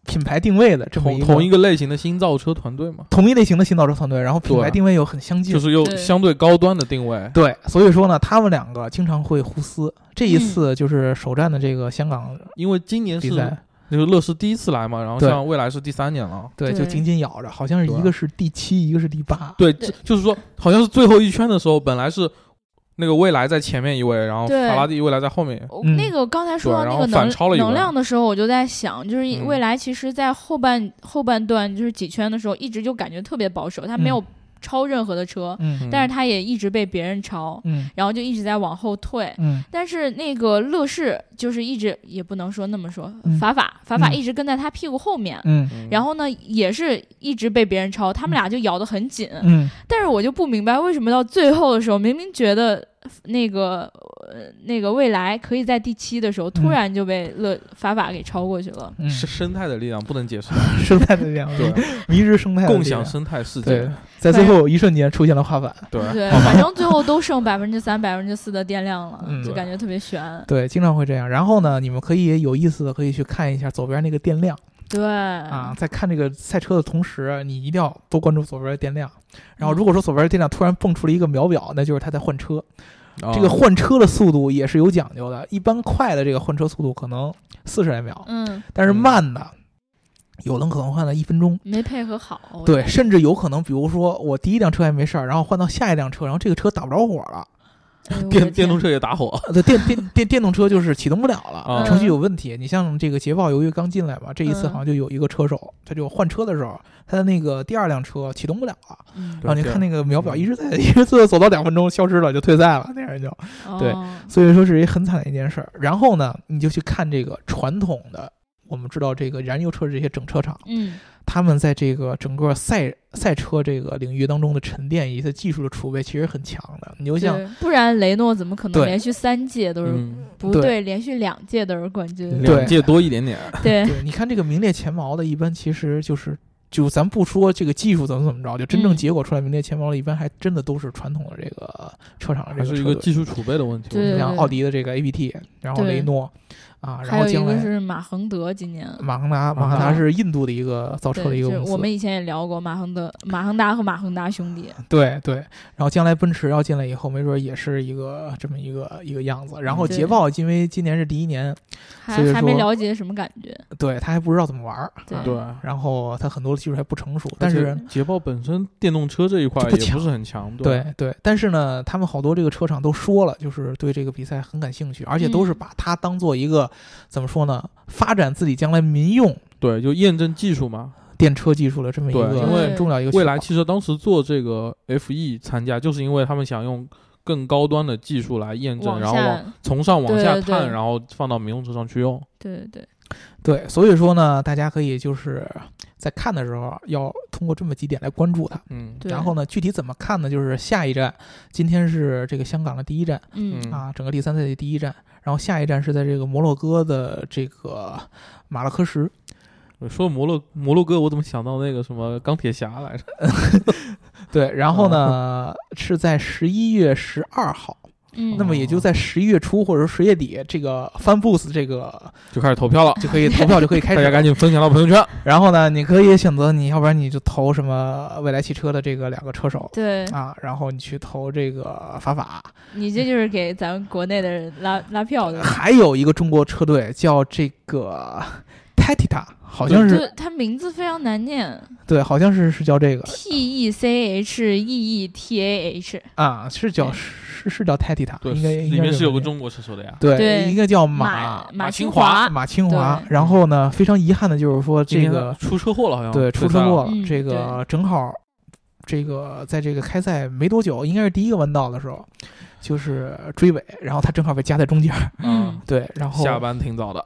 Speaker 3: 品牌定位的这么
Speaker 4: 同
Speaker 3: 个
Speaker 4: 同一个类型的新造车团队嘛，
Speaker 3: 同一类型的新造车团队，然后品牌
Speaker 4: 对
Speaker 3: 定位又很相近，
Speaker 4: 就是又
Speaker 2: 对
Speaker 4: 相对高端的定位，
Speaker 3: 对，所以说呢，他们两个经常会互撕。这一次就是首站的这个香港
Speaker 4: 因为今年
Speaker 3: 比
Speaker 4: 是
Speaker 3: 赛，
Speaker 4: 就是乐视第一次来嘛，然后
Speaker 3: 对
Speaker 4: 像未来是第三年了。
Speaker 3: 对，
Speaker 2: 对
Speaker 3: 就紧紧咬着，好像是
Speaker 4: 对
Speaker 3: 一个是第七，一个是第八，
Speaker 4: 对，
Speaker 2: 对
Speaker 4: 这就是说，好像是最后一圈的时候，本来是那个蔚来在前面一位，然后
Speaker 2: 对
Speaker 4: 法拉第未来在后面。
Speaker 2: 我哦
Speaker 3: 嗯
Speaker 2: 那个刚才说到
Speaker 4: 对然
Speaker 2: 那
Speaker 4: 后
Speaker 2: 个
Speaker 4: 反
Speaker 2: 能
Speaker 4: 超了一
Speaker 2: 能
Speaker 4: 轮
Speaker 2: 量的时候，我就在想，就是
Speaker 4: 嗯
Speaker 2: 未来其实，在后半、后半段就是几圈的时候，一直就感觉特别保守，他
Speaker 3: 嗯
Speaker 2: 没有超任何的车，
Speaker 3: 嗯
Speaker 2: 但是他也一直被别人超，
Speaker 3: 嗯
Speaker 2: 然后就一直在往后退。
Speaker 3: 嗯
Speaker 2: 但是那个乐视就是一直也不能说那么说
Speaker 3: 嗯，
Speaker 2: 法法法法
Speaker 3: 嗯
Speaker 2: 一直跟在他屁股后面，
Speaker 3: 嗯
Speaker 4: 嗯
Speaker 2: 然后呢也是一直被别人超，他们俩就咬得很紧。
Speaker 3: 嗯，
Speaker 2: 但是我就不明白为什么到最后的时候，明明觉得那个呃那个未来可以在第七的时候，突然就被乐法法给超过去了。
Speaker 3: 嗯
Speaker 4: 是生态的力量不能解释，
Speaker 3: 生态的力量，
Speaker 4: 对，
Speaker 3: 迷之生态的
Speaker 4: 共
Speaker 3: 力
Speaker 4: 享
Speaker 3: 量
Speaker 4: 生态世界
Speaker 3: 对，，在最后一瞬间出现了画板。
Speaker 4: 对，
Speaker 2: 对，反正最后都剩百分之三、百分之四的电量了，
Speaker 3: 嗯
Speaker 2: 就感觉特别悬。
Speaker 3: 对，经常会这样。然后呢，你们可以有意思的可以去看一下左边那个电量。
Speaker 2: 对
Speaker 3: 啊，，在看这个赛车的同时，你一定要多关注左边的电量。然后，如果说左边的电量突然蹦出了一个秒表，那就是他在换车。
Speaker 4: 啊
Speaker 3: 这个换车的速度也是有讲究的，一般快的这个换车速度可能四十来秒，
Speaker 2: 嗯，
Speaker 3: 但是
Speaker 4: 嗯
Speaker 3: 慢的有的可能换到一分钟。
Speaker 2: 没配合好。
Speaker 3: 对，甚至有可能，比如说我第一辆车还没事儿，然后换到下一辆车，然后这个车打不着火了，
Speaker 2: 哎呦我的
Speaker 4: 电电
Speaker 2: 天
Speaker 4: 动车也打火，
Speaker 3: 呃电电电电动车就是启动不了了
Speaker 4: 啊，
Speaker 3: 程序有问题。你像这个捷豹，由于刚进来嘛，这一次
Speaker 2: 嗯
Speaker 3: 好像就有一个车手，他就换车的时候，他的那个第二辆车启动不了了，
Speaker 2: 嗯
Speaker 3: 然后哦你
Speaker 4: 对
Speaker 3: 看那个秒表一直在一直在走到两分钟消失了，就退赛了，那人就，对
Speaker 2: 哦
Speaker 3: 所以说是一很惨的一件事儿。然后呢，你就去看这个传统的，我们知道这个燃油车这些整车厂，
Speaker 2: 嗯
Speaker 3: 他们在这个整个赛赛车这个领域当中的沉淀以及它技术的储备其实很强的。你就像
Speaker 2: 对不然雷诺怎么可能
Speaker 3: 对
Speaker 2: 连续三届都是、
Speaker 4: 嗯，
Speaker 2: 不
Speaker 3: 对
Speaker 2: 对，连续两届都是冠军，
Speaker 3: 对
Speaker 4: 两届多一点点，
Speaker 2: 对，
Speaker 3: 对，你看这个名列前茅的，一般其实就是就咱不说这个技术怎么怎么着，就真正
Speaker 2: 嗯
Speaker 3: 结果出来名列前茅的，一般还真的都是传统的这个车厂的
Speaker 4: 还
Speaker 3: 这
Speaker 4: 是一
Speaker 3: 车
Speaker 4: 个
Speaker 3: 队。
Speaker 4: 技术储备的问题。
Speaker 2: 对
Speaker 3: 像
Speaker 2: 对
Speaker 3: 奥迪的这个 APT，然后
Speaker 2: 对
Speaker 3: 雷诺，啊，然
Speaker 2: 还
Speaker 3: 后
Speaker 2: 有一
Speaker 3: 将
Speaker 2: 个
Speaker 3: 来
Speaker 2: 是马恒德今年。
Speaker 3: 马航达，马航达是印度的一个造车的
Speaker 2: 对，
Speaker 3: 一个
Speaker 2: 就是
Speaker 3: 公司，
Speaker 2: 我们以前也聊过马恒德、马恒达和马恒达兄弟，
Speaker 3: 对对。然后将来奔驰要进来以后，没准也是一个这么一个一个样子。然后
Speaker 2: 对
Speaker 3: 捷豹因为今年是第一年，
Speaker 2: 还
Speaker 3: 所以
Speaker 2: 还没
Speaker 3: 说
Speaker 2: 了解什么感觉。
Speaker 3: 对他还不知道怎么玩儿，
Speaker 2: 对
Speaker 3: 啊
Speaker 4: 对，
Speaker 3: 然后他很多技术还不成熟，但
Speaker 4: 而且
Speaker 3: 是
Speaker 4: 捷豹本身电动车这一块
Speaker 3: 就不
Speaker 4: 也不
Speaker 3: 强
Speaker 4: 是很强，吧，
Speaker 3: 对对，但是呢，他们好多这个车厂都说了，就是对这个比赛很感兴趣，而且都是
Speaker 2: 嗯
Speaker 3: 把它当做一个、怎么说呢，发展自己将来民用
Speaker 4: 对，就验证技术嘛。
Speaker 3: 电车技术的这么一
Speaker 4: 对
Speaker 3: 个
Speaker 4: 因
Speaker 2: 为
Speaker 3: 很重要一个
Speaker 4: 蔚来
Speaker 3: 渠
Speaker 4: 汽车当时做这个 FE 参加，就是因为他们想用更高端的技术来验证，
Speaker 2: 往
Speaker 4: 然后往
Speaker 2: 下，
Speaker 4: 从上往
Speaker 2: 对
Speaker 4: 下
Speaker 2: 对对
Speaker 4: 探，然后放到民用车上去用。
Speaker 2: 对对对，
Speaker 3: 道对，所以说呢，大家可以就是在看的时候要通过这么几点来关注它。
Speaker 4: 嗯，
Speaker 2: 对
Speaker 3: 然后呢，具体怎么看呢？就是下一站，今天是这个香港的第一站
Speaker 2: 嗯，
Speaker 4: 嗯
Speaker 3: 啊，整个第三赛的第一站，然后下一站是在这个摩洛哥的这个马拉喀什，
Speaker 4: 说摩洛摩洛哥，我怎么想到那个什么钢铁侠来着？
Speaker 3: 对，然后
Speaker 4: 嗯
Speaker 3: 呢、是在十一月十二号。
Speaker 2: 嗯，
Speaker 3: 那么也就在十一月初或者十月底，这个 Fanboost 这 个
Speaker 4: 就开始投票了，
Speaker 3: 就可以投票就可以 开
Speaker 4: 大
Speaker 3: 始。
Speaker 4: 家赶紧分享到朋友圈。
Speaker 3: 然后呢，你可以选择你要不然你就投什么未来汽车的这个两个车手
Speaker 2: 对
Speaker 4: 嗯
Speaker 3: 啊，然后你去投这个法法，
Speaker 2: 你这就是给咱们国内的人拉拉票 的，
Speaker 3: 还有一个中国车队叫这个 Tatita，好像
Speaker 2: 就是他名字非常难念
Speaker 3: 对，好像是是叫这个
Speaker 2: ，T E C H E E T A H，
Speaker 3: 啊，是叫
Speaker 2: 对
Speaker 3: 是是叫 Tatita，
Speaker 4: 对，
Speaker 3: 应该应
Speaker 4: 里
Speaker 3: 该
Speaker 4: 面是有
Speaker 3: 这么
Speaker 4: 个
Speaker 3: 念
Speaker 4: 中国车手的呀。
Speaker 3: 对，
Speaker 2: 对
Speaker 3: 应该叫
Speaker 2: 马
Speaker 3: 马
Speaker 4: 马清
Speaker 2: 清
Speaker 4: 华
Speaker 3: 马清华。
Speaker 2: 对
Speaker 3: 然后呢，非常遗憾的就是说
Speaker 4: 今
Speaker 3: 这
Speaker 4: 天
Speaker 3: 个
Speaker 4: 出车祸了，好像
Speaker 3: 对，出车祸了。
Speaker 2: 嗯
Speaker 3: 这个正好，这个在这个开赛没多久，应该是第一个弯道的时候，就是追尾，然后他正好被夹在中间儿，
Speaker 2: 嗯
Speaker 4: 嗯，
Speaker 3: 对，然后
Speaker 4: 下班挺早的。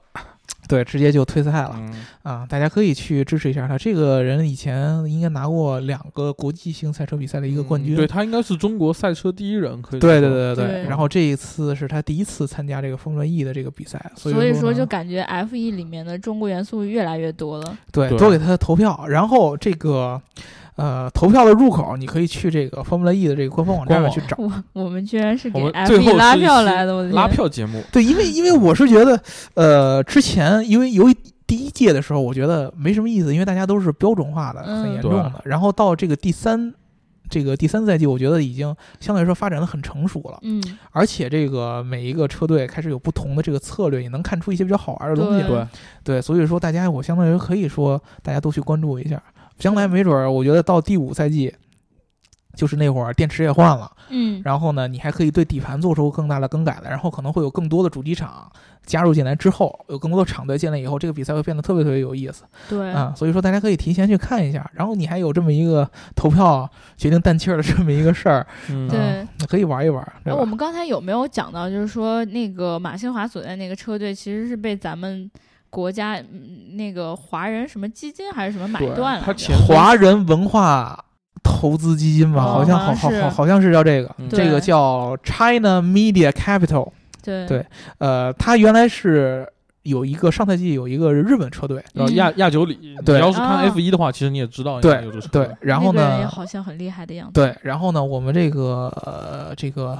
Speaker 3: 对，直接就退赛了
Speaker 4: 嗯，
Speaker 3: 啊！大家可以去支持一下他。这个人以前应该拿过两个国际性赛车比赛的一个冠军，
Speaker 4: 嗯对他应该是中国赛车第一人，可以
Speaker 3: 对
Speaker 4: 说
Speaker 3: 对对对
Speaker 2: 对
Speaker 3: 然后这一次是他第一次参加这个 Formula E 的这个比赛，所
Speaker 2: 所以
Speaker 3: 说
Speaker 2: 说
Speaker 3: 呢
Speaker 2: 就感觉 F E 里面的中国元素越来越多了，
Speaker 3: 对，
Speaker 4: 对
Speaker 3: 多给他投票。然后这个。呃，投票的入口你可以去这个 Formula E 的这个官方网
Speaker 4: 官
Speaker 3: 站
Speaker 4: 网
Speaker 3: 去找。
Speaker 2: 我我们居然是给
Speaker 4: 我们
Speaker 2: F
Speaker 4: 最后
Speaker 2: E
Speaker 4: 是
Speaker 2: 拉票来的，我的
Speaker 4: 拉
Speaker 2: 天，
Speaker 4: 票节目，
Speaker 3: 对，因为因为我是觉得，呃，之前因为由于第一届的时候，我觉得没什么意思，因为大家都是标准化的，
Speaker 2: 嗯
Speaker 3: 很严重的。然后到这个第三。这个第三赛季，我觉得已经相对来说发展的很成熟了，
Speaker 2: 嗯，
Speaker 3: 而且这个每一个车队开始有不同的这个策略，也能看出一些比较好玩的东西。
Speaker 2: 对
Speaker 4: 对，
Speaker 3: 对，所以说大家我相当于可以说大家都去关注一下，将来没准儿，我觉得到第五赛季，就是那会儿电池也换了，
Speaker 2: 嗯，
Speaker 3: 然后呢，你还可以对底盘做出更大的更改了，然后可能会有更多的主机厂加入进来之后，有更多的厂队进来以后，这个比赛会变得特别特别有意思
Speaker 2: 对，
Speaker 3: 啊、所以说大家可以提前去看一下，然后你还有这么一个投票决定氮气儿的这么一个事儿，
Speaker 4: 嗯
Speaker 2: 对
Speaker 3: 嗯可以玩一玩，对
Speaker 2: 哎，
Speaker 3: 吧？
Speaker 2: 我们刚才有没有讲到，就是说那个马新华所在那个车队其实是被咱们国家嗯那个华人什么基金还是什么买
Speaker 4: 对
Speaker 2: 断了？
Speaker 4: 他前
Speaker 3: 华人文化投资基金吧，
Speaker 2: 哦
Speaker 3: 好像好
Speaker 2: 好像
Speaker 3: 好
Speaker 2: 是
Speaker 3: 好好像是叫这个，
Speaker 4: 嗯
Speaker 3: 这个叫 China Media Capital，
Speaker 2: 对
Speaker 3: 对呃，它原来是有一个上赛季有一个日本车队，
Speaker 2: 嗯
Speaker 4: 然后亚亚久里，你
Speaker 3: 对
Speaker 4: 要是看
Speaker 2: 啊
Speaker 4: F 一的话，其实你也知道，
Speaker 3: 对
Speaker 4: 有这车
Speaker 3: 对，然后
Speaker 2: 那个人也
Speaker 3: 呢，
Speaker 2: 好像很厉害的样子。
Speaker 3: 对，然后呢，我们这个呃这个。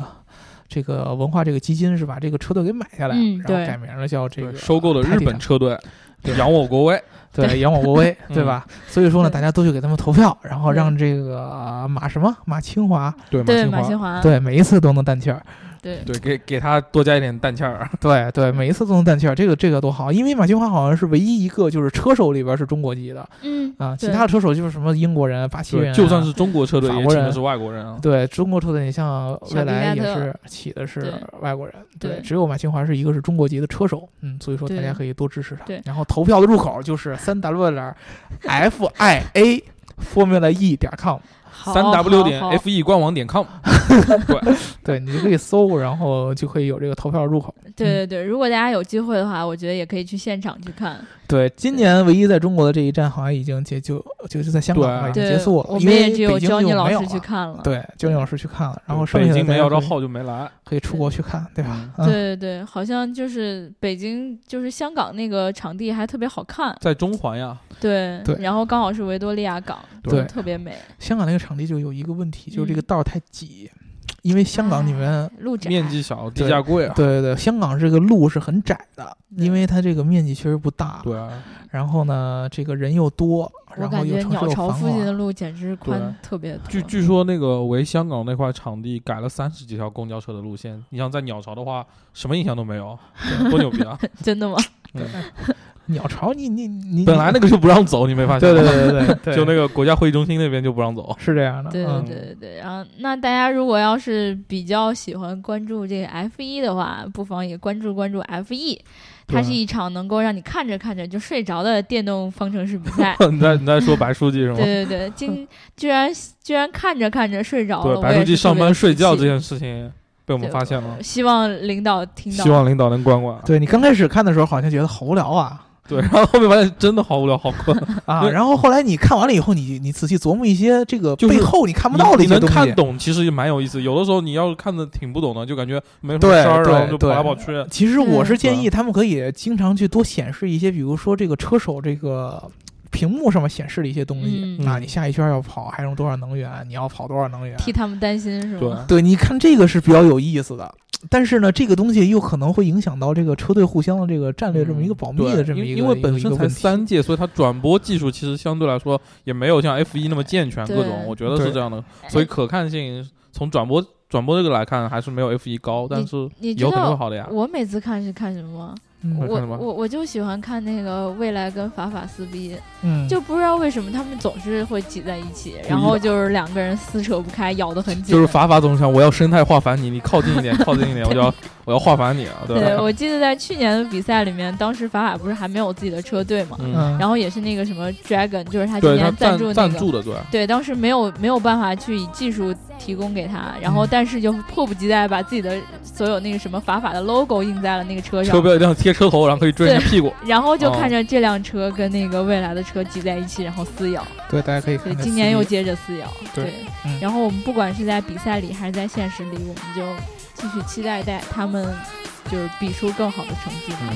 Speaker 3: 这个文化这个基金是把这个车队给买下来，
Speaker 2: 嗯
Speaker 3: 然后
Speaker 2: 对
Speaker 3: 改名了叫这
Speaker 4: 对
Speaker 3: 个
Speaker 4: 收购了日本
Speaker 3: Tadita，
Speaker 4: 车队
Speaker 3: 对，
Speaker 4: 扬我国威，
Speaker 3: 对扬我国 威，对吧？
Speaker 4: 嗯
Speaker 3: 所以说呢，
Speaker 2: 对
Speaker 3: 大家都去给他们投票，然后
Speaker 2: 对
Speaker 3: 让这个呃马什么马清华，
Speaker 4: 对
Speaker 2: 对，马新华，
Speaker 3: 对每一次都能氮气儿，
Speaker 2: 对，
Speaker 4: 对，给给他多加一点蛋馅 儿。
Speaker 3: 对对，每一次都能单气儿，这个这个多好，因为马俊华好像是唯一一个就是车手里边是中国籍的
Speaker 2: 嗯
Speaker 3: 啊，其
Speaker 2: 对
Speaker 3: 他的车手就是什么英国人、巴西人
Speaker 4: 对，
Speaker 3: 啊，
Speaker 4: 就算是中国车队，
Speaker 3: 法
Speaker 4: 也
Speaker 3: 国
Speaker 4: 请
Speaker 3: 人
Speaker 4: 的是外国人啊。
Speaker 3: 对中国车队，你像
Speaker 2: 小
Speaker 3: 未
Speaker 2: 迪莱
Speaker 3: 来也
Speaker 2: 特
Speaker 3: 是起的是
Speaker 2: 对
Speaker 3: 外国人，
Speaker 2: 对
Speaker 3: 只有马清华是一个是中国籍的车手，嗯，所以说大
Speaker 2: 对
Speaker 3: 家可以多支持他
Speaker 2: 对。
Speaker 3: 然后投票的入口就是三 w 点 f i a formula e 点 com，
Speaker 2: 好
Speaker 4: 三 w
Speaker 2: 好
Speaker 4: 点
Speaker 2: 好
Speaker 4: fe 官 网点 com，
Speaker 3: 对你就可以搜，然后就可以有这个投票入口。
Speaker 2: 对
Speaker 3: 嗯
Speaker 2: 对对，如果大家有机会的话，我觉得也可以去现场去看。
Speaker 3: 对，今年唯一在中国的这一站好像已经结就就是在香港
Speaker 4: 对啊
Speaker 3: 了，已经
Speaker 2: 对
Speaker 3: 结，束了，
Speaker 2: 我
Speaker 3: 因
Speaker 2: 们
Speaker 3: 为
Speaker 2: 也只有
Speaker 3: 北京
Speaker 2: 教
Speaker 3: 就
Speaker 2: 你老
Speaker 3: 没有
Speaker 2: 师去
Speaker 3: 了
Speaker 2: 看了。
Speaker 3: 对，就你老师去看了，然后剩
Speaker 4: 北
Speaker 3: 下的
Speaker 4: 京没
Speaker 3: 大家
Speaker 4: 要着
Speaker 3: 可以
Speaker 4: 号就没来。
Speaker 3: 可以出国去看，对吧？嗯
Speaker 2: 对对对，好像就是北京，就是香港那个场地还特别好看，
Speaker 4: 在中环呀，
Speaker 2: 对，
Speaker 3: 对
Speaker 2: 然后刚好是维多利亚港，
Speaker 3: 对
Speaker 2: 特别美，
Speaker 3: 香港那个场地就有一个问题，就是这个
Speaker 2: 嗯
Speaker 3: 道儿太挤，因为香港你们
Speaker 2: 路窄，
Speaker 4: 面积小，
Speaker 3: 对
Speaker 4: 地价贵啊。
Speaker 3: 对对对，香港这个路是很窄的，
Speaker 2: 对
Speaker 3: 因为它这个面积确实不大。
Speaker 4: 对啊，
Speaker 3: 然后呢，这个人又多，
Speaker 2: 我
Speaker 3: 然后
Speaker 2: 感
Speaker 3: 又
Speaker 2: 觉
Speaker 3: 城市
Speaker 2: 鸟
Speaker 3: 又
Speaker 2: 巢
Speaker 3: 繁
Speaker 2: 附近的
Speaker 3: 华。
Speaker 2: 路简直宽
Speaker 4: 啊
Speaker 2: 特别多。
Speaker 4: 据据说那个为香港那块场地改了三十几条公交车的路线，你想在鸟巢的话，什么印象都没有，多牛逼啊！
Speaker 2: 真 的吗？
Speaker 3: 鸟巢你，你你 你
Speaker 4: 本来那个就不让走，你没发现
Speaker 3: 对
Speaker 4: 吗？
Speaker 3: 对对 对对对，
Speaker 4: 就那个国家会议中心那边就不让走。
Speaker 3: 是这样的，
Speaker 2: 对对
Speaker 3: 嗯
Speaker 2: 对对对。然后，那大家如果要是比较喜欢关注这个 F 一的话，不妨也关注关注 F 一，它
Speaker 4: 对啊
Speaker 2: 是一场能够让你看着看着就睡着的电动方程式比赛。
Speaker 4: 你在你在说白书记是吗？
Speaker 2: 对对对， 今居然居然看着看着睡着了。
Speaker 4: 对，
Speaker 2: 哦我
Speaker 4: 白
Speaker 2: 也
Speaker 4: 书记
Speaker 2: 是特
Speaker 4: 上
Speaker 2: 别
Speaker 4: 班
Speaker 2: 的
Speaker 4: 睡觉
Speaker 2: 气
Speaker 4: 这件事情被我们
Speaker 2: 对
Speaker 4: 发现了，
Speaker 2: 希望领导听到。
Speaker 4: 希望领导能管管。
Speaker 3: 对你刚开始看的时候好像觉得好无聊啊
Speaker 4: 对，然后后面发现真的好无聊，好困，
Speaker 3: 啊，
Speaker 4: 对
Speaker 3: 然后后来你看完了以后，你你仔细琢磨一些这个
Speaker 4: 就是
Speaker 3: 背后你看不到的
Speaker 4: 你
Speaker 3: 一些
Speaker 4: 能
Speaker 3: 东西，
Speaker 4: 看懂，其实也蛮有意思。有的时候你要是看的挺不懂的，就感觉没什么
Speaker 3: 对
Speaker 4: 事儿，然后
Speaker 3: 对
Speaker 4: 就跑
Speaker 3: 对
Speaker 4: 来跑去。
Speaker 3: 其实我是
Speaker 2: 对
Speaker 3: 建议他们可以经常去多显示一些，比如说这个车手这个屏幕上面显示的一些东西、
Speaker 2: 嗯
Speaker 3: 啊，你下一圈要跑还用多少能源，你要跑多少能源。
Speaker 2: 替他们担心是
Speaker 4: 对
Speaker 2: 吗？
Speaker 3: 对，你看这个是比较有意思的，但是呢，这个东西又可能会影响到这个车队互相的这个战略这么一个保密的
Speaker 4: 对
Speaker 3: 这么一
Speaker 4: 因
Speaker 3: 个
Speaker 4: 因为本身
Speaker 3: 一个
Speaker 4: 才
Speaker 3: 问题
Speaker 4: 三届，所以它转播技术其实相对来说也没有像 F 一那么健全，
Speaker 2: 对哎
Speaker 4: 各种我觉得是这样的，所以可看性从转播转播这个来看还是没有 F 一高，但是
Speaker 2: 你知
Speaker 4: 有可能会
Speaker 2: 道
Speaker 4: 好的呀。
Speaker 2: 我每次看是看什么吗？
Speaker 3: 嗯
Speaker 4: 会
Speaker 2: 我
Speaker 4: 看什么
Speaker 2: 我我就喜欢看那个未来跟法法撕逼，
Speaker 3: 嗯，
Speaker 2: 就不知道为什么他们总是会挤在一起，然后就是两个人撕扯不开，咬得很紧。
Speaker 4: 就是法法总想我要生态化反你，你靠近一点，靠近一点，我就要我要化反你啊，对
Speaker 2: 对，
Speaker 4: 吧？
Speaker 2: 我记得在去年的比赛里面，当时法法不是还没有自己的车队嘛，
Speaker 4: 嗯，
Speaker 3: 嗯，
Speaker 2: 然后也是那个什么 Dragon，就是他今
Speaker 4: 对他
Speaker 2: 年
Speaker 4: 赞
Speaker 2: 助那
Speaker 4: 赞
Speaker 2: 个
Speaker 4: 助的，对，
Speaker 2: 对，当时没有没有办法去以技术提供给他，然后
Speaker 3: 嗯
Speaker 2: 但是就迫不及待把自己的所有那个什么法法的 logo 印在了那个车上
Speaker 4: 车，标一定要贴车头，然后可以追人家屁 股。
Speaker 2: 然后就
Speaker 4: 哦
Speaker 2: 看着这辆车跟那个未来的车挤在一起，然后撕咬，
Speaker 3: 对，大家可以
Speaker 2: 所
Speaker 3: 看
Speaker 2: 以
Speaker 3: 看
Speaker 2: 今年又
Speaker 3: CD
Speaker 2: 接着撕咬，
Speaker 3: 对
Speaker 2: 对
Speaker 3: 嗯
Speaker 2: 然后我们不管是在比赛里还是在现实里，我们就继续期待带他们就是比出更好的成绩嘛，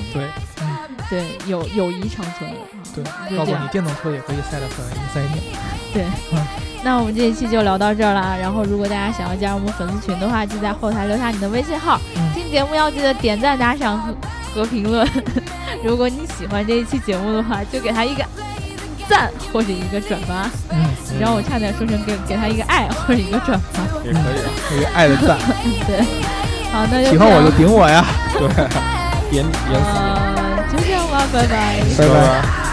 Speaker 4: 嗯，
Speaker 3: 对
Speaker 2: 对，友友谊长存。啊
Speaker 3: 对，
Speaker 2: 就
Speaker 3: 告
Speaker 2: 这
Speaker 3: 诉
Speaker 2: 样
Speaker 3: 你电动车也可以赛得很赛鸟。
Speaker 2: 那我们这一期就聊到这儿啦。然后，如果大家想要加入我们粉丝群的话，就在后台留下你的微信号。
Speaker 3: 嗯
Speaker 2: 听节目要记得点赞、打赏和和评论。 如果你喜欢这一期节目的话，就给他一个赞或者一个转发。
Speaker 3: 嗯，
Speaker 2: 然后我差点说成给给他一个爱或者一个转发。
Speaker 4: 也可 以啊，
Speaker 3: 可以爱的赞，
Speaker 2: 对，好，那就
Speaker 3: 喜
Speaker 2: 这
Speaker 3: 欢
Speaker 2: 样
Speaker 3: 我就顶我呀，
Speaker 4: 对，严严
Speaker 2: 呃就这样吧，拜拜。
Speaker 3: 拜拜。
Speaker 4: 拜。